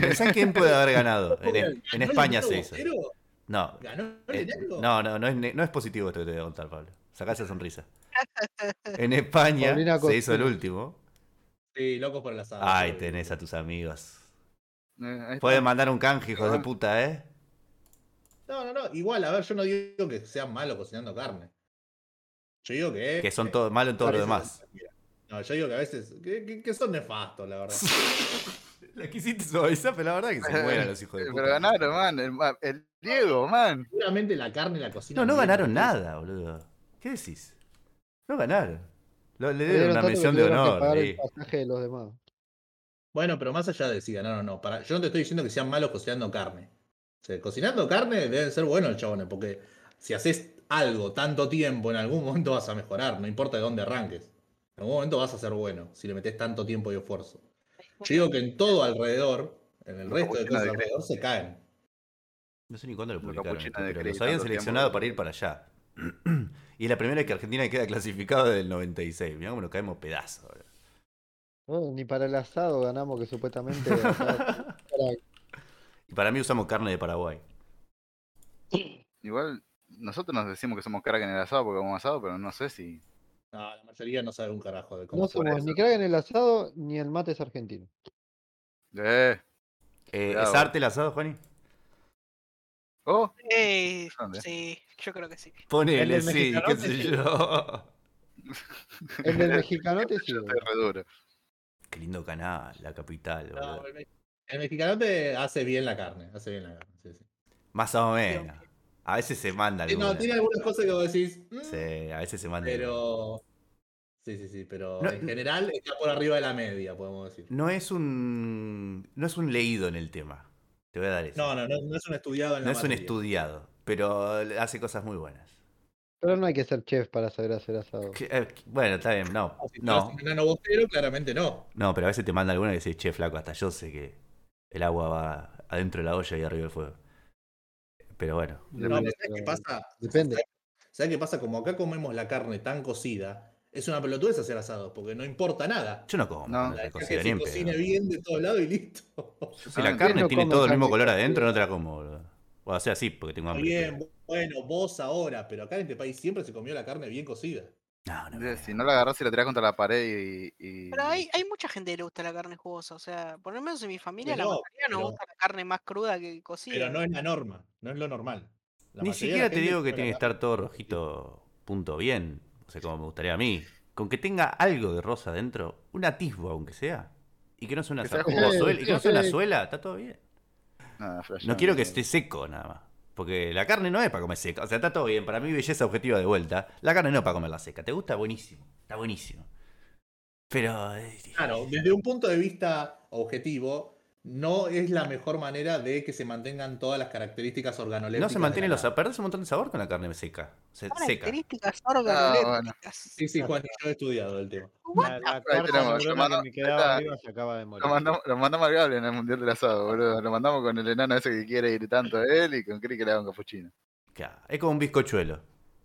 ¿Pensá en quién puede haber ganado? En, en
¿No le
España
ganó
se hizo.
Botero?
No,
¿Ganó
eh,
el negro?
no, no, no es, ne- no es positivo esto que te voy a contar, Pablo. Sacá esa sonrisa. En España
Paulina
se hizo el
Costini.
último.
Sí, locos por el asado.
Ay,
Sí.
tenés a tus amigos.
Eh, ahí está.
Pueden mandar un canje, hijos de
Ah.
puta, ¿eh?
No, no, no. Igual, a ver, yo no digo que sean malos cocinando carne. Yo digo que.
Que son todo, malo en todo lo
a
demás.
veces- No, yo digo que a veces. que, que- que son nefastos, la verdad.
La quisiste suavizar, pero la verdad es que se mueran los hijos de puta.
Pero ganaron, man. El, ma- el Diego, man.
Seguramente la carne y la cocina.
No, no
bien.
ganaron nada, boludo. ¿Qué decís? No ganaron. Lo- le dieron una
tanto que
mención de
tuvieron que
honor.
pagar el
sí.
pasaje de los demás.
Bueno, pero más allá de si ganaron o no. Para, yo no te estoy diciendo que sean malos cocinando carne. O sea, cocinando carne deben ser buenos los chabones, porque si haces algo tanto tiempo, en algún momento vas a mejorar, no importa de dónde arranques. En algún momento vas a ser bueno, si le metes tanto tiempo y esfuerzo. Yo digo que en todo alrededor, en el resto de
Capuchino
cosas
de
alrededor, se caen.
No sé ni cuándo lo
Una
publicaron,
capuchina
esto,
de
pero
Cris,
los habían
tanto
seleccionado
tiempo.
para ir para allá. y es la primera vez que Argentina queda clasificada del 96. Mirá cómo nos caemos pedazos. boludo.
Bueno, ni para el asado ganamos que supuestamente acá-
Y para mí usamos carne de Paraguay.
Igual, nosotros nos decimos que somos carga en el asado porque vamos asado, pero no sé si.
No, la mayoría no sabe un carajo de cómo
no
hacer.
somos ni crack en el asado ni el mate es argentino.
Eh.
Eh,
Cuidado.
¿Es arte el asado, Juani?
Oh,
Eh,
¿Dónde?
sí, yo creo que sí.
Ponele,
El del
sí, qué
mexicanote,
sé
sí.
yo.
El del mexicanote sí.
yo estoy re duro.
Qué lindo canal, la capital, boludo.
No, el me- el mexicanote hace bien la carne, hace bien la carne. sí, sí.
Más o menos. A veces se manda
Sí, no,
alguna.
tiene algunas cosas que vos decís. "Mm,
Sí, a veces se manda alguna.
Pero. Sí, sí, sí, pero
No,
en
no-
general está por arriba de la media, podemos decir.
no es un no es un leído en el tema. Te voy a dar eso.
No, no, no, no es un estudiado en
No
la
es un
materia.
estudiado, pero hace cosas muy buenas.
Pero no hay que ser chef para saber hacer asado.
Que- eh, que- Bueno, está bien, no,
No, si Ah, no.
no,
un enano bostero, claramente no.
no, pero a veces te manda alguna que dice, che, flaco, hasta yo sé que el agua va adentro de la olla y arriba del fuego. Pero bueno,
No,
Depende,
pero ¿sabes qué
pero-
pasa?
Depende.
¿Sabes qué pasa? Como acá comemos la carne tan cocida, es una pelotudez hacer asado, porque no importa nada.
yo no como
No.
carne
La idea es
cocida
que
ni
se
en
cocine
pedo.
bien de todos lados y listo.
Si la
Ah,
carne
no
tiene
como
todo el mismo
carne
color
cocida.
adentro, no te la como, boludo. O sea, sí, porque tengo
Está
hambre. pero-
bien, bueno, vos ahora, pero acá en este país siempre se comió la carne bien cocida.
No, no,
Entonces,
no.
Si no la agarrás y la tirás contra la pared y. y-
Pero hay, hay mucha gente que le gusta la carne jugosa, o sea, por lo menos en mi familia la
Pero,
mayoría nos
pero-
gusta la carne más cruda que cocida.
Pero no es la norma, no es lo normal. La mayoría de
Ni
la
siquiera te
gente
digo que
come
tiene que
la
estar todo rojito, punto bien, no sé cómo me gustaría a mí. Con que tenga algo de rosa dentro, una tisba aunque sea, y que no sea una,
Que sea
sa- o
jugoso.
suela- y que no sea una
Sí.
suela, está todo bien.
Nada, flash,
No quiero que esté seco nada más, porque la carne no es para comer seca, o sea, está todo bien, para mí belleza objetiva de vuelta, la carne no es para comerla seca, ¿te gusta? Buenísimo, está buenísimo. Pero... eh,
Ah, Claro, desde un punto de vista objetivo, no es la mejor manera de que se mantengan todas las características organolépticas.
No se mantienen
de
los
la nada.
perdés un montón de sabor con la carne seca. Se, seca.
Características organolépticas.
Sí, sí, Juan, yo he estudiado el tema.
La, la cuarta
tenemos,
neurona
llamada-
que me quedaba
está.
arriba se acaba de morir.
Lo mandamos, lo mandamos al Gable en el Mundial del Asado,
Ah.
boludo. Lo mandamos con el enano ese que quiere ir tanto a él y con Cri que le hagan capuchino.
Claro, Es como un bizcochuelo.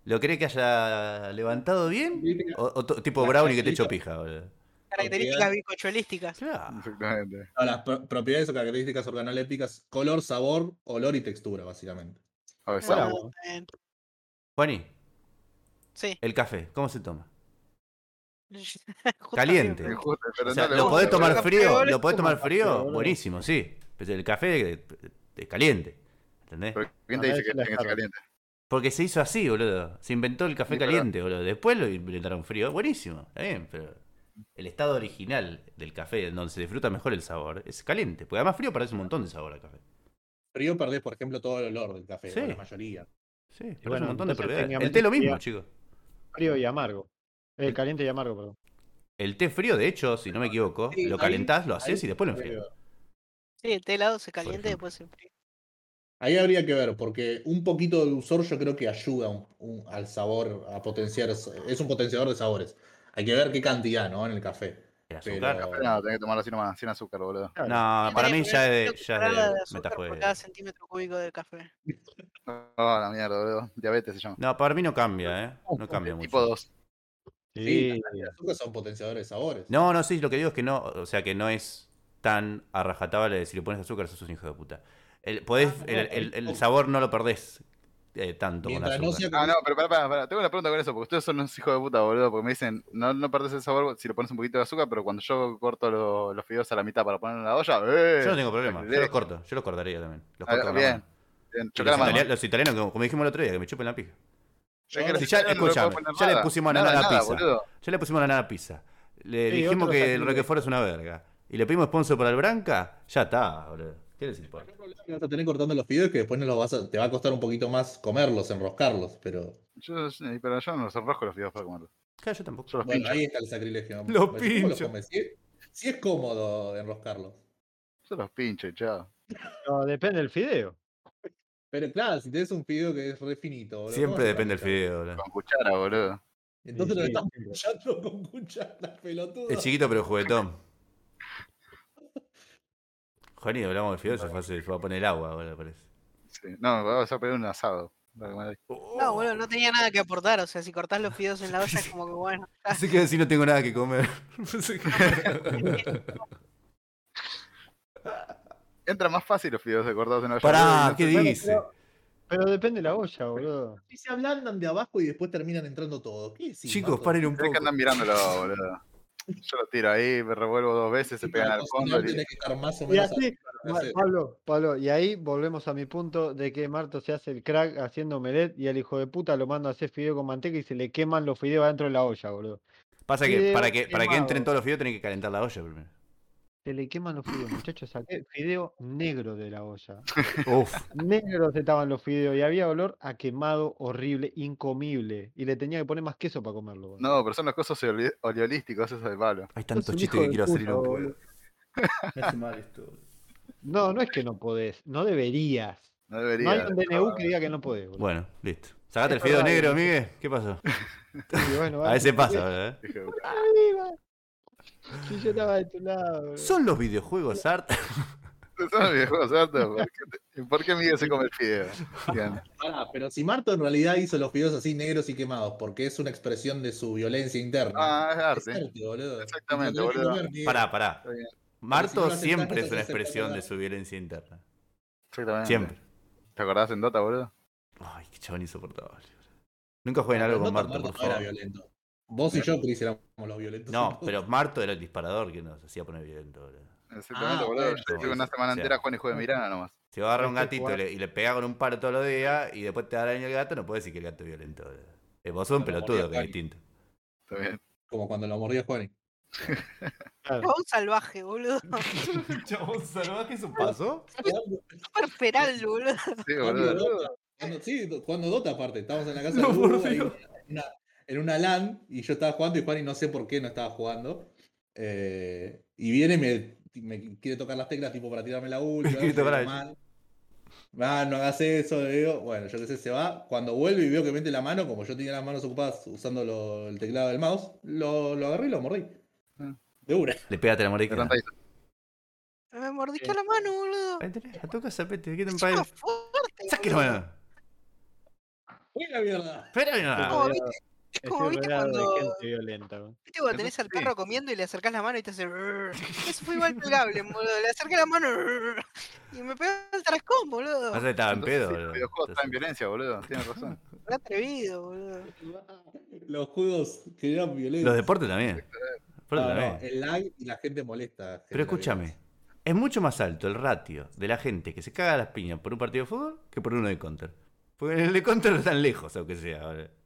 ¿Lo crees que haya levantado bien?
Viste,
O, o to- tipo
La
brownie que te
chapita.
echó pija, boludo.
Características bicochuelísticas.
Claro.
Exactamente.
no, las pro- propiedades o características organolépticas, color, sabor, olor y textura, básicamente.
Ah,
A ver,
Bueno.
Samu,
Eh,
Juani,
Sí.
el café, ¿cómo se toma?
Justo
Caliente.
así.
es justo, pero
O sea,
no le
¿Lo
gusta,
podés tomar
boludo.
café,
frío?
boludo,
¿Lo podés
toma
tomar
café,
frío?
boludo.
Buenísimo, sí. Pero el café eh, es caliente. ¿Entendés?
Pero ¿Quién te dice que tiene
Andá, déjala
que ser
estar.
caliente?
Porque se hizo así, boludo. Se inventó el café
Sí, pero-
caliente, boludo. Después lo inventaron frío. Buenísimo, está bien, pero el estado original del café, en donde se disfruta mejor el sabor, es caliente. Porque además frío parece un montón de sabor al café.
Frío perdés, por ejemplo, todo el olor del café,
Sí.
o la mayoría.
Sí, parece
bueno,
un montón de
entonces,
propiedades. El
técnicamente
té lo mismo,
sería-
chicos.
Frío y amargo. Eh, caliente y amargo, perdón.
El té frío, de hecho, si no me equivoco,
Sí,
lo
ahí-
calentás, lo haces
ahí
y después lo
habría que
enfrías.
ver.
Sí, el té helado se calienta y
ejemplo.
después se enfría.
Ahí habría que ver, porque un poquito de dulzor yo creo que ayuda un- un- al sabor, a potenciar, es un potenciador de sabores. Hay que ver qué cantidad, ¿no? En el café.
El azúcar.
Pero-
No, tenés que tomarlo sin, sin azúcar, boludo.
No, para mí
Tenés que
ya es de,
poner una
ya es
cucharada
de
de azúcar por
metajuego.
cada centímetro cúbico de café.
No, la mierda, boludo. Diabetes se llama.
No, para mí no cambia, ¿eh? No cambia
Tipo
mucho.
2.
Sí,
Sí,
El azúcar son potenciadores de sabores.
No, no, sí, lo que digo es que no, o sea, que no es tan a rajatabla de si le pones azúcar sos un hijo de puta. El, podés-
Ah, no,
el, el- el
tampoco.
sabor no lo perdés eh, tanto con
Mientras no
azúcar.
sea
Ah, no, pero pará, pará, pará. Tengo una pregunta con eso, porque ustedes son unos hijos de puta, boludo. Porque me dicen, no, no perdés el sabor si le pones un poquito de azúcar, pero cuando yo corto lo- los fideos a la mitad para ponerlo en la olla, ¡eh!
Yo no tengo problema, yo los
Sacrilegio.
corto, yo los cortaría también. Los
Ah,
corto con la
bien.
mano.
Bien,
Y
chocá
Los,
la mano.
italianos, los italianos, como- como dijimos el otro día, que me chupen la pija.
Yo
Si
creo que
ya-
no le puedo
escuchame,
poner
ya le
nada.
pusimos
Nada,
banana a la
nada,
pizza.
boludo.
Ya le pusimos la nada pizza. Le
Sí,
dijimos
otro
que el
sacrilegio.
Roquefort es una verga. Y le pedimos sponsor para el Branca, ya está, boludo. ¿Qué les importa?
que vas a tener cortando los fideos que después no los vas a- te va a costar un poquito más comerlos, enroscarlos, pero
Yo, sí, pero yo no los enrosco los fideos para comerlos.
Claro, yo tampoco.
Yo los
bueno,
pincho.
ahí está el sacrilegio. Pues,
Los
¿Cómo
pincho.
comes? Si, es- si es cómodo enroscarlos.
Yo los pincho y chao.
no, depende del fideo.
Pero claro, si tenés un fideo que es refinito.
Siempre depende el fideo, boludo.
Con cuchara, boludo.
Entonces
Sí,
lo
sí,
estás
siempre.
pinchando con cucharas, pelotudo.
Es chiquito pero juguetón. Juanito, hablamos de fideo, se fue, a- se fue a poner agua, boludo, parece.
Sí. No, vas a pedir un asado. Para comer ahí.
Uh.
No, boludo, no tenía nada que aportar. O sea, si cortás los fideos en la olla, es como que bueno. ya.
Así que así no tengo nada que comer.
Entra más fácil los fideos de cortados en la olla.
Pará,
boludo, y
¿qué
no-
dice?
Pero depende la olla, boludo.
Y se ablandan de abajo y después terminan entrando todos. ¿Qué decís,
Chicos,
Marco?
paren un
Tenés
poco.
que andar mirándolo, boludo. Yo lo tiro ahí, me revuelvo dos veces, se
Sí, para
pegan al
cocinar
fondo.
tenés que estar más o
Y
menos
así,
a-
Pa- Pablo, Pablo, y ahí volvemos a mi punto de que Marto se hace el crack haciendo omelette y al hijo de puta lo manda a hacer fideo con manteca y se le queman los fideos adentro de la olla, boludo.
Pasa que
Fideo
para que, para que
quemado.
entren todos los fideos tenés que calentar la olla primero.
Se le queman los fideos, muchachos. Saqué fideo negro de la olla.
Uf,
Negros estaban los fideos y había olor a quemado horrible, incomible. Y le tenía que poner más queso para comerlo. boludo.
No, pero son los cosas oli- oleolísticos, esos de Pablo.
hay
Sos
tantos
un
chistes
hijo
que
de
quiero hacer y no
puta,
puedo.
boludo.
Me hace mal esto.
No, no es que no podés, no deberías.
No
No
debería. Ah,
hay un DNU que diga que no podés, boludo.
Bueno, listo. Sacate el
Es
fideo
verdad,
negro,
boludo.
Miguel. ¿Qué pasó?
Y bueno,
A
vale,
veces
si
pasa, boludo, ¿eh?
Dije,
arriba. Si yo estaba de tu lado, boludo.
¿Son los videojuegos art?
Son los videojuegos, ¿cierto? ¿Por qué, te- por qué Miguel se come el fideo? Bien.
Pará, pero si Marto en realidad hizo los fideos así negros y quemados, porque es una expresión de su violencia interna.
Ah, es
Es
arte.
arte, boludo.
Exactamente,
Lo tenés que
boludo.
comer, Miguel.
Pará, pará.
Está bien.
si no
Marto
lo aceptás,
siempre
no
es una
se acepta
expresión
nada.
de su violencia interna.
Exactamente.
Siempre.
¿Te acordás en Dota, boludo?
Ay, qué chabón insoportable. boludo. Nunca jueguen
Pero
algo con
no,
Marto,
Marto
por
no era
favor.
violento. Vos y yo, Cris, éramos los violentos.
No, pero Marto era el disparador que nos hacía poner violento. boludo.
Exactamente,
Ah,
boludo.
bueno.
Yo estuve una semana
O sea,
entera Juan y Jueves Mirana nomás.
Si vos agarras un
Hay que
gatito y
jugar.
le, y le pegás con un paro todos los días y después te da daño el gato, no puedes decir que el gato es violento. boludo. Eh, vos sos un
Como
pelotudo,
Morgan
que es
Stanley.
distinto.
Está bien.
Como cuando lo mordía Juan.
Claro.
Un salvaje, boludo.
Chabón salvaje, eso pasó.
Super feral, boludo.
Sí,
Cuando
boludo.
Dota, cuando- sí, cuando Dota aparte, estábamos en la casa
No,
de
por
Hugo, ahí,
Dios.
en una- en una LAN y yo estaba jugando y Juan y no sé por qué no estaba jugando. eh, y viene y me me quiere tocar las teclas tipo para tirarme la última.
Quiere tocar
me
la-
mal. Ah, no hagas eso, le digo. Bueno, yo qué sé, se va. Cuando vuelve y veo que mete la mano, como yo tenía las manos ocupadas usando lo- el teclado del mouse, lo, lo agarré y lo mordí.
Ah.
De una.
Le pegaste la mordida.
tanta distancia.
Me mordiste la mano, boludo.
Ahí tenés, a tu casa, pete, ¿qué te
Encima
empaña?
fuerte,
¡Sáquelo,
boludo.
mano!
¡Uy, la mierda!
¡Espera, mira!
No,
rodeado-
viste, es
estoy
como viste
rodeado de
cuando,
gente violenta. weón.
viste cuando
Eso
tenés al
sí.
perro comiendo y le acercás la mano y te hace. "Rrr". Eso fue igual que el Gable, boludo. Le acerqué la mano "Rrr", y me pegó el trascón, boludo.
No sé, estaba Ah, en
Entonces,
pedo,
sí,
boludo.
Los videojuegos están en
Entonces,
violencia, boludo. Tienes razón.
Re atrevido, boludo.
Los juegos generan violencia.
Los deportes también. Deportes
No, no,
también.
el lag y la gente molesta.
Pero
genera
escúchame,
violencia.
es mucho más alto el ratio de la gente que se caga a las piñas por un partido de fútbol que por uno de counter. Porque en el de counter no están lejos, aunque sea. boludo.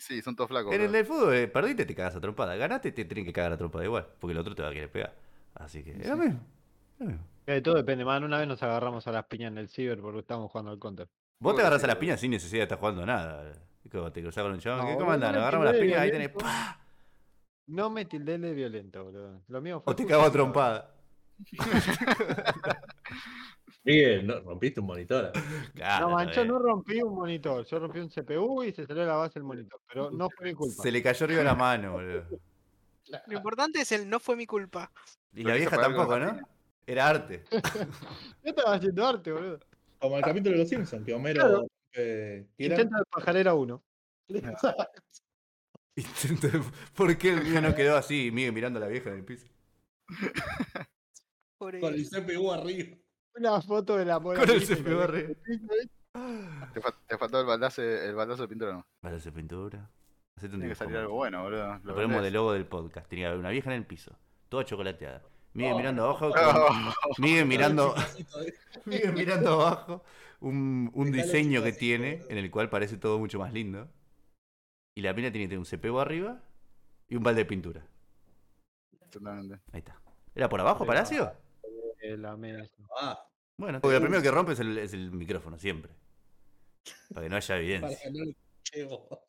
Sí, son todos flacos.
En el
boludo.
del fútbol, eh, perdiste, te cagas a trompada. Ganaste, te tienen que cagar a trompada igual. Porque el otro te va a querer pegar. Así que, es lo mismo. es lo mismo.
Que de todo depende, man. Una vez nos agarramos a las piñas en el ciber porque estábamos jugando al counter.
Vos
Pobre
te agarras a las
ciego.
piñas sin necesidad de estar jugando a nada. boludo. Es como te cruzás con un chabón.
No,
¿Qué, ¿Cómo
boludo,
andan?
no le
Agarramos las
tildé de
piñas, ahí tenés.
violento.
¡pah!
No me tildé de violento, boludo. Lo mío fue.
O te
justo
cago a
eso.
trompada.
Miguel, no, rompiste un monitor.
Claro,
No, man, yo
eh.
no rompí un monitor. Yo rompí un CPU y se salió la base del monitor. Pero no fue mi culpa.
Se le cayó arriba la mano, boludo.
Lo importante es el no fue mi culpa.
Y
Lo
la
quiso
vieja
pagar con
tampoco,
las
¿no? Era arte.
Yo estaba haciendo arte, boludo.
Como el capítulo de los Simpsons, que Homero.
Claro.
eh, que era-
Intento de pajarera uno.
Intento de- ¿Por qué el mío no quedó así, Miguel mirando a la vieja en el piso?
Pobre.
Con el CPU arriba.
Una foto de la mona
Con el
Lisa,
CPU
boludo.
arriba.
Te, fa- te faltó el baldazo, el baldazo de pintura, no.
Para hacer pintura. Hacete un
Tiene que
dibujo,
salir algo
man.
bueno, boludo.
Lo
Lo
ponemos de
vendés.
logo del podcast. Tenía que haber una vieja en el piso. Toda chocolateada. Miguel
Oh.
mirando abajo.
Oh.
Miguel mirando.
Está
Miguel mirando abajo. Un, un
Dejalo
diseño que
chocolateado,
tiene,
boludo.
en el cual parece todo mucho más lindo. Y la mina tiene que tener un CPU arriba y un balde de pintura.
Exactamente.
Ahí está. ¿Era por abajo, Palacio?
Eh, la mesa.
Ah,
Bueno, porque lo primero que rompe es el, es el micrófono, siempre. Para que no haya
para
evidencia.
que no le llego.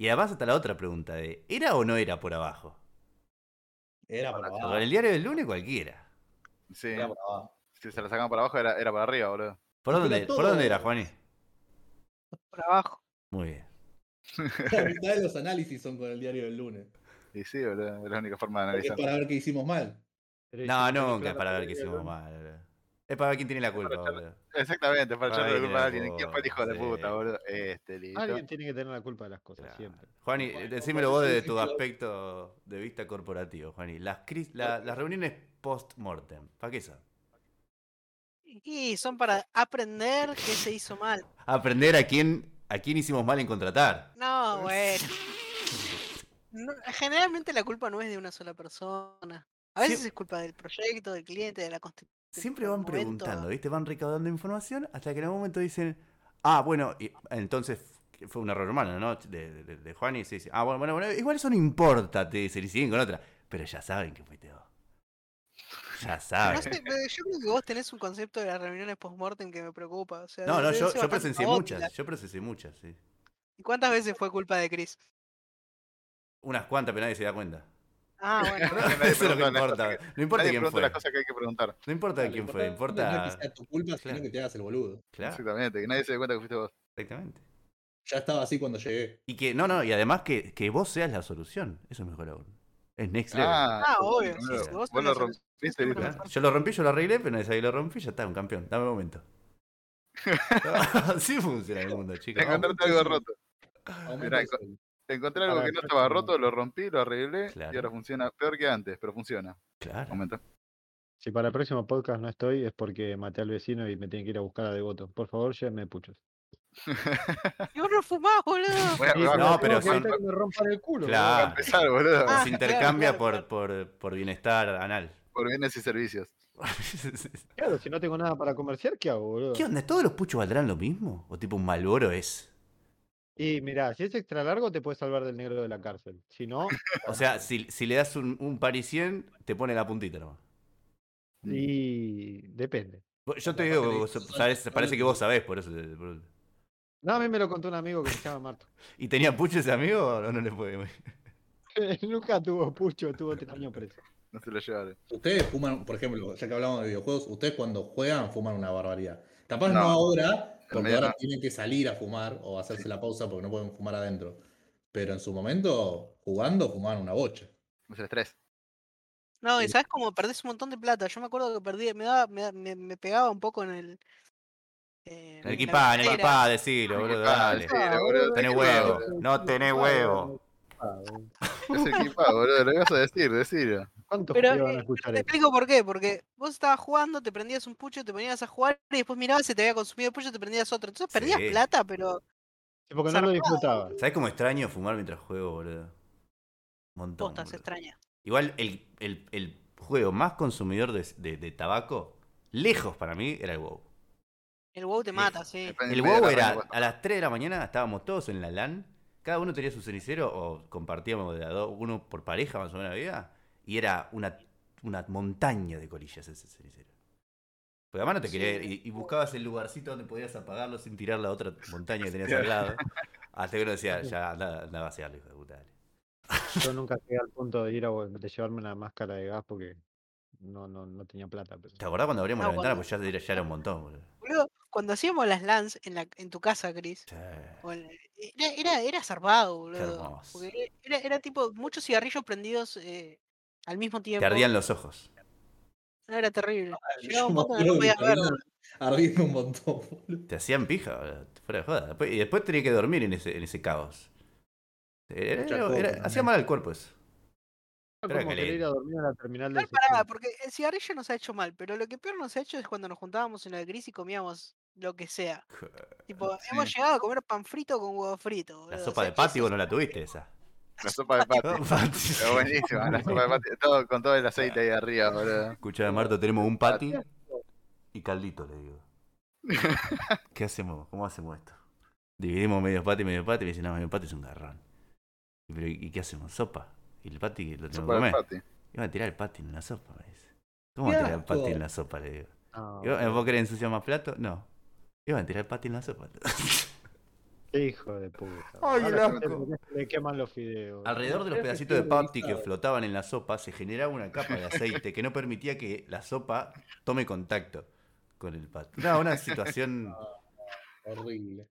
Y además hasta la otra pregunta de, ¿era o no era por abajo?
Era para
Con el
abajo.
diario del lunes cualquiera.
Sí,
Era para abajo.
si se la sacaban para abajo era, era para arriba, boludo.
¿Por
Pero
dónde, ¿Por
todo-
dónde era, Juani?
Por abajo.
Muy bien.
La mitad de los análisis son con el diario del lunes.
Y sí, boludo. Es la única forma de
Porque es
analizar.
para ver qué hicimos mal.
Pero
No,
hicimos una
nunca es
plata
para ver qué
horrible,
hicimos
boludo.
mal. Es para ver quién tiene la culpa,
echar-
boludo.
Exactamente, para
Ay,
echarle la
tiene
culpa
la
a alguien. ¿Quién fue el hijo de
culpa,
puta,
sí.
boludo? Este, listo.
Alguien tiene que tener la culpa de las cosas,
Claro.
siempre.
Juani,
Bueno,
decímelo
bueno,
vos
sí,
desde
sí,
tu
claro.
aspecto de vista corporativo, Juani. Las, cris- la- las reuniones post-mortem, ¿para qué son?
Y son para aprender que se hizo mal.
Aprender a quién, a quién hicimos mal en contratar.
No, bueno. No, generalmente la culpa no es de una sola persona. A veces
Sí.
es culpa del proyecto, del cliente, de la constitución.
Siempre van preguntando, ¿viste? Van recaudando información hasta que en algún momento dicen, ah, bueno, y- entonces f- fue un error humano, ¿no? De, de, de Juan y se dice, ah, bueno, bueno, bueno, igual eso no importa, te dicen y siguen con otra. Pero ya saben que fuiste vos. Ya
No
saben.
sé, pero yo creo que vos tenés un concepto de las reuniones post-mortem que me preocupa. O sea,
No, no,
deben
yo,
ser
yo
bastante
presencié
caóticas.
muchas, yo presencié muchas, sí.
¿Y cuántas veces fue culpa de Chris?
Unas cuantas, pero nadie se da cuenta.
Ah, bueno.
Nadie
Eso es lo que
preguntó las
importa.
cosas que-
No importa
Nadie
quién
pregunta
fue.
las cosas que hay que preguntar.
No importa quién fue,
No es
importa.
que sea tu culpa,
Claro.
sino que te hagas el boludo.
Claro,
Exactamente, que nadie se dé cuenta que fuiste vos.
exactamente.
Ya estaba así cuando llegué.
Y que, no, no, y además que, que vos seas la solución. Eso es mejor aún. Es next level.
Ah, obvio.
boludo,
sí, sí, vos
vos
tenés
lo
la solución,
rompiste,
siempre
listo.
la
Yo lo rompí, yo lo arreglé, pero nadie sabía que lo rompí, ya está, un campeón. Dame un momento. Así funciona el mundo,
Te
chicos.
encontraste algo roto.
Aumenta
Mirá,
el
co-
sueldo.
Te encontré algo
Para
que
el
no estaba
próximo.
roto, lo rompí, lo arreglé y
Ah, Claro.
ahora funciona peor que antes, pero funciona.
Claro.
Aumenta.
Si para el próximo podcast no estoy, es porque maté al vecino y me tienen que ir a buscar a Devoto. Por favor, llévenme puchos.
solución. Y vos no fumás, boludo.
Voy a,
Sí,
voy a-
no,
voy
tengo
pero
que
son-
evitar que me rompan el culo.
a
Claro.
empezar, boludo.
Ah,
Se intercambia por,
claro,
por, por bienestar anal.
Por bienes y servicios.
boludo. Claro, si no tengo nada para comerciar, ¿qué hago, boludo?
¿Qué onda? ¿Todos los puchos valdrán lo mismo? ¿O tipo un malboro es?
Y mirá, si es extra largo, te puedes salvar del negro de la cárcel. Si no,
O sea, si, si le das un, un parisien, te pone la puntita nomás.
y depende.
Yo
Capaz
te digo,
que le-
vos sabés- parece que vos sabés, por eso. te- por-
No, a mí me lo contó un amigo que se llama Marto.
¿Y tenía pucho ese amigo o no, no le puede?
Nunca tuvo pucho, tuvo tres años preso.
No se lo llevaron.
Ustedes fuman, por ejemplo, ya que hablamos de videojuegos, ustedes cuando juegan fuman una barbaridad. Capaz no,
No.
ahora, porque
medio
ahora
no.
tienen que salir a fumar o hacerse la pausa porque no pueden fumar adentro. Pero en su momento, jugando, fumaban una bocha.
Es el estrés.
No, y
Sí.
sabes cómo perdés un montón de plata. Yo me acuerdo que perdí, me, daba, me, da- me- me pegaba un poco en el.
En
eh,
el
la
equipá, en el
billetera.
equipá, decilo, boludo, dale.
sí.
Tenés huevo, no tenés huevo.
Es equipado, boludo. Lo ibas a decir, decilo.
¿Cuántos
Pero,
pibes van
eh,
a escuchar
Te
esto?
explico por qué, porque vos estabas jugando, te prendías un pucho, te ponías a jugar y después mirabas si te había consumido el pucho, te prendías otro. Entonces perdías
Sí.
plata, pero
Sí, porque no lo
zarpado.
disfrutaba.
¿Sabés cómo extraño fumar mientras juego, boludo? Un montón.
postas
boludo.
extrañas.
Igual el, el- el juego más consumidor de, de- de tabaco, lejos para mí, era el WoW.
El WoW te
Sí.
mata, sí.
Depende
El
de la
WoW
rama
era
que vos-
a las 3 de la mañana estábamos todos en la LAN, cada uno tenía su cenicero o compartíamos de a dos, uno por pareja más o menos había, y era una, una montaña de colillas ese cenicero. Porque además no te
Sí,
quería
era
y, y buscabas el lugarcito donde podías apagarlo sin tirar la otra montaña que tenías al lado. Hasta que uno decía, ya andaba a vaciarlo, hijo de puta. dale".
Yo nunca llegué al punto de ir a vol- de llevarme una máscara de gas porque no, no, no tenía plata. pero-
¿Te acordás cuando abríamos
No,
la ventana? Pues
cuando-
ya, era- ya era un montón, boludo.
Boludo, cuando hacíamos las LANs en, la, en tu casa, Chris,
Ya.
o en- eh, era, era, era zarpado, boludo.
hermoso.
Porque era, era tipo muchos cigarrillos prendidos eh, al mismo tiempo.
Te ardían los ojos.
No, era terrible. Llegaba
Yo
un
me
punto donde
acuerdo que
no podías
ardían-
verlo.
Ardían un montón, boludo.
Te hacían pija, boludo, fuera de joda. Después- y después tenía que dormir en ese, en ese caos. Era-
Mucha
era-
joda
era-
también.
hacía mal al cuerpo eso.
Era
Era
como querer
que-
ir a dormir a la terminal del
Igual pará,
sistema.
porque el cigarrillo nos ha hecho mal, pero lo que peor nos ha hecho es cuando nos juntábamos en la gris y comíamos lo que sea. Tipo, hemos
sí.
llegado a comer pan frito con huevo frito.
La
boludo, o
sopa
sea,
de
que
patio
eso
vos no la tuviste esa.
La sopa de
Oh,
pati.
pati.
Pero buenísima, la sopa de pati. Todo, con todo el aceite ahí arriba, boludo.
Escuchá, Marto, tenemos un pati y caldito, le digo. ¿Qué hacemos? ¿Cómo hacemos esto? Dividimos medio pati, medio pati. Me dicen, no, medio pati es un garrón. Y, pero, ¿y qué hacemos? ¿Sopa? ¿Y el pati lo tengo que
Sopa de
comer?
pati.
Iba a tirar el pati en la sopa, me dice. ¿Cómo va a
Qué
tirar el pati
asco.
en la sopa? Le digo.
No,
Iba- eh, ¿Vos querés ensuciar más plato? No. Iban a tirar el pati en la sopa.
qué hijo de puta.
Ay,
Ahora
el
gente
asco.
le- Le queman los fideos.
Alrededor de los
Creo que
pedacitos de
estoy
patty que
organizado.
flotaban en la sopa se generaba una capa de aceite que no permitía que la sopa tome contacto con el patty. No, una situación.
Horrible.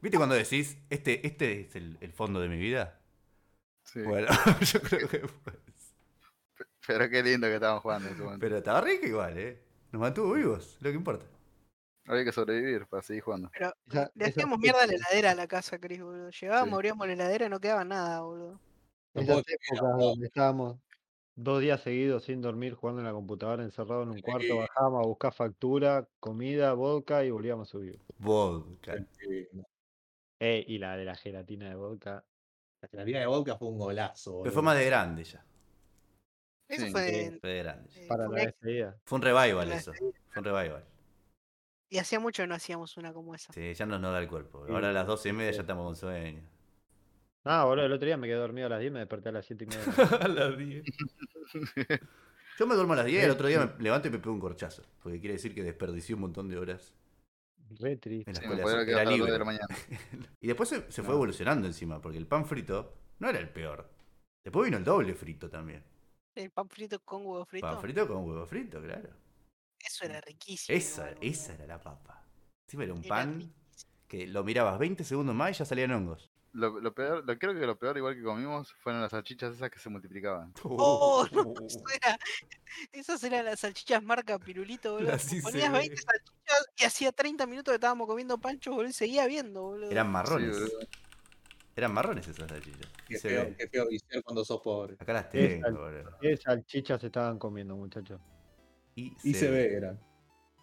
¿Viste cuando decís, este, este es el, el fondo de mi vida?
Sí.
Bueno, yo creo que fue. eso.
Pero qué lindo que estábamos jugando en ese momento.
Pero estaba rico igual, ¿eh? Nos mantuvo vivos, lo que importa.
Había que sobrevivir para seguir jugando.
Esa-
Le
esa
hacíamos mierda a la
época-
heladera a la casa, Cris, boludo. Llegábamos,
Sí.
abríamos la heladera y no quedaba nada, boludo.
Esas
Tampoco te queda,
épocas
no.
donde estábamos dos días seguidos sin dormir, jugando en la computadora, encerrado en un cuarto, bajábamos a buscar factura, comida, vodka y volvíamos a subir.
Vodka.
Eh,
Eh, y la de la gelatina de vodka.
La gelatina de vodka fue un golazo,
Pero
boludo.
fue más de grande ya.
Eso
Sí,
fue.
sí.
en-
Fue de grande. ya.
eh,
Para
fue
la
una-
despedida.
Fue un revival
la
eso. Fue un revival.
Y hacía mucho que no hacíamos una como esa.
Sí, ya no nos da el cuerpo.
Sí,
Ahora a las 12 y media
sí.
ya estamos con sueño.
Ah, boludo, el otro día me quedé dormido a las 10, me desperté a las 7 y media. de la mañana.
a las 10. Yo me duermo a las 10 y el otro día me levanto y me pego un corchazo. Porque quiere decir que desperdicié un montón de horas
Re triste.
en la
Sí, me
escuela.
podría
era
quedar hasta las 2 de la
libre.
mañana.
Y después se, se fue
No.
evolucionando encima, porque el pan frito no era el peor. Después vino el doble frito también.
El pan frito con huevo frito.
Pan frito con huevo frito, claro.
Eso era riquísimo.
Esa,
igual,
esa
boludo.
era la papa. Encima era un
Era
pan que lo mirabas 20 segundos más y ya salían hongos.
Lo, lo peor, lo, creo que lo peor igual que comimos fueron las salchichas esas que se multiplicaban.
Oh, no,
Uh,
eso era- esas eran las salchichas marca pirulito, boludo.
Las
Ponías
ICB.
20 salchichas y hacía 30 minutos que estábamos comiendo pancho, boludo, y seguía viendo, boludo.
Eran
Sí,
marrones.
boludo.
Eran marrones esas salchichas.
Qué
Se
feo,
ve.
qué feo viciar cuando sos pobre.
Acá las
Qué
tengo,
sal-
boludo.
¿Qué salchichas estaban comiendo, muchachos?
Y
Y se ve, eran.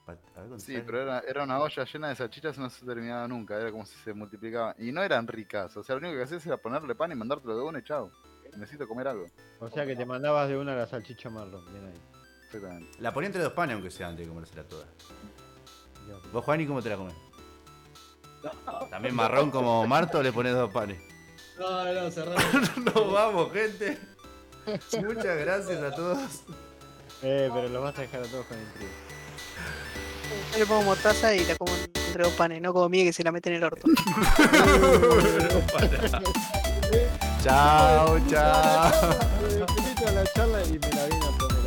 Pat- a ver,
Sí,
Gonzalo.
pero era, era una olla llena de salchichas y no se terminaba nunca. Era como si se multiplicaban. Y no eran ricas. O sea, lo único que hacías era ponerle pan y mandártelo de uno y chao. Necesito comer algo.
O sea que te mandabas de una a la salchicha marrón. Bien ahí.
Exactamente.
La ponía entre dos panes, aunque sea antes de comérsela toda.
Dios.
¿Vos, Juani, cómo te la comes? También marrón como Marto le pones dos panes.
No, no, cerramos.
Nos vamos, gente. Muchas gracias a todos.
Eh, pero los vas a dejar a todos con intriga.
Yo le pongo mostaza y la como entre dos panes, no como mía que se la mete en el orto.
chao, chao.
la charla y me la vine a poner.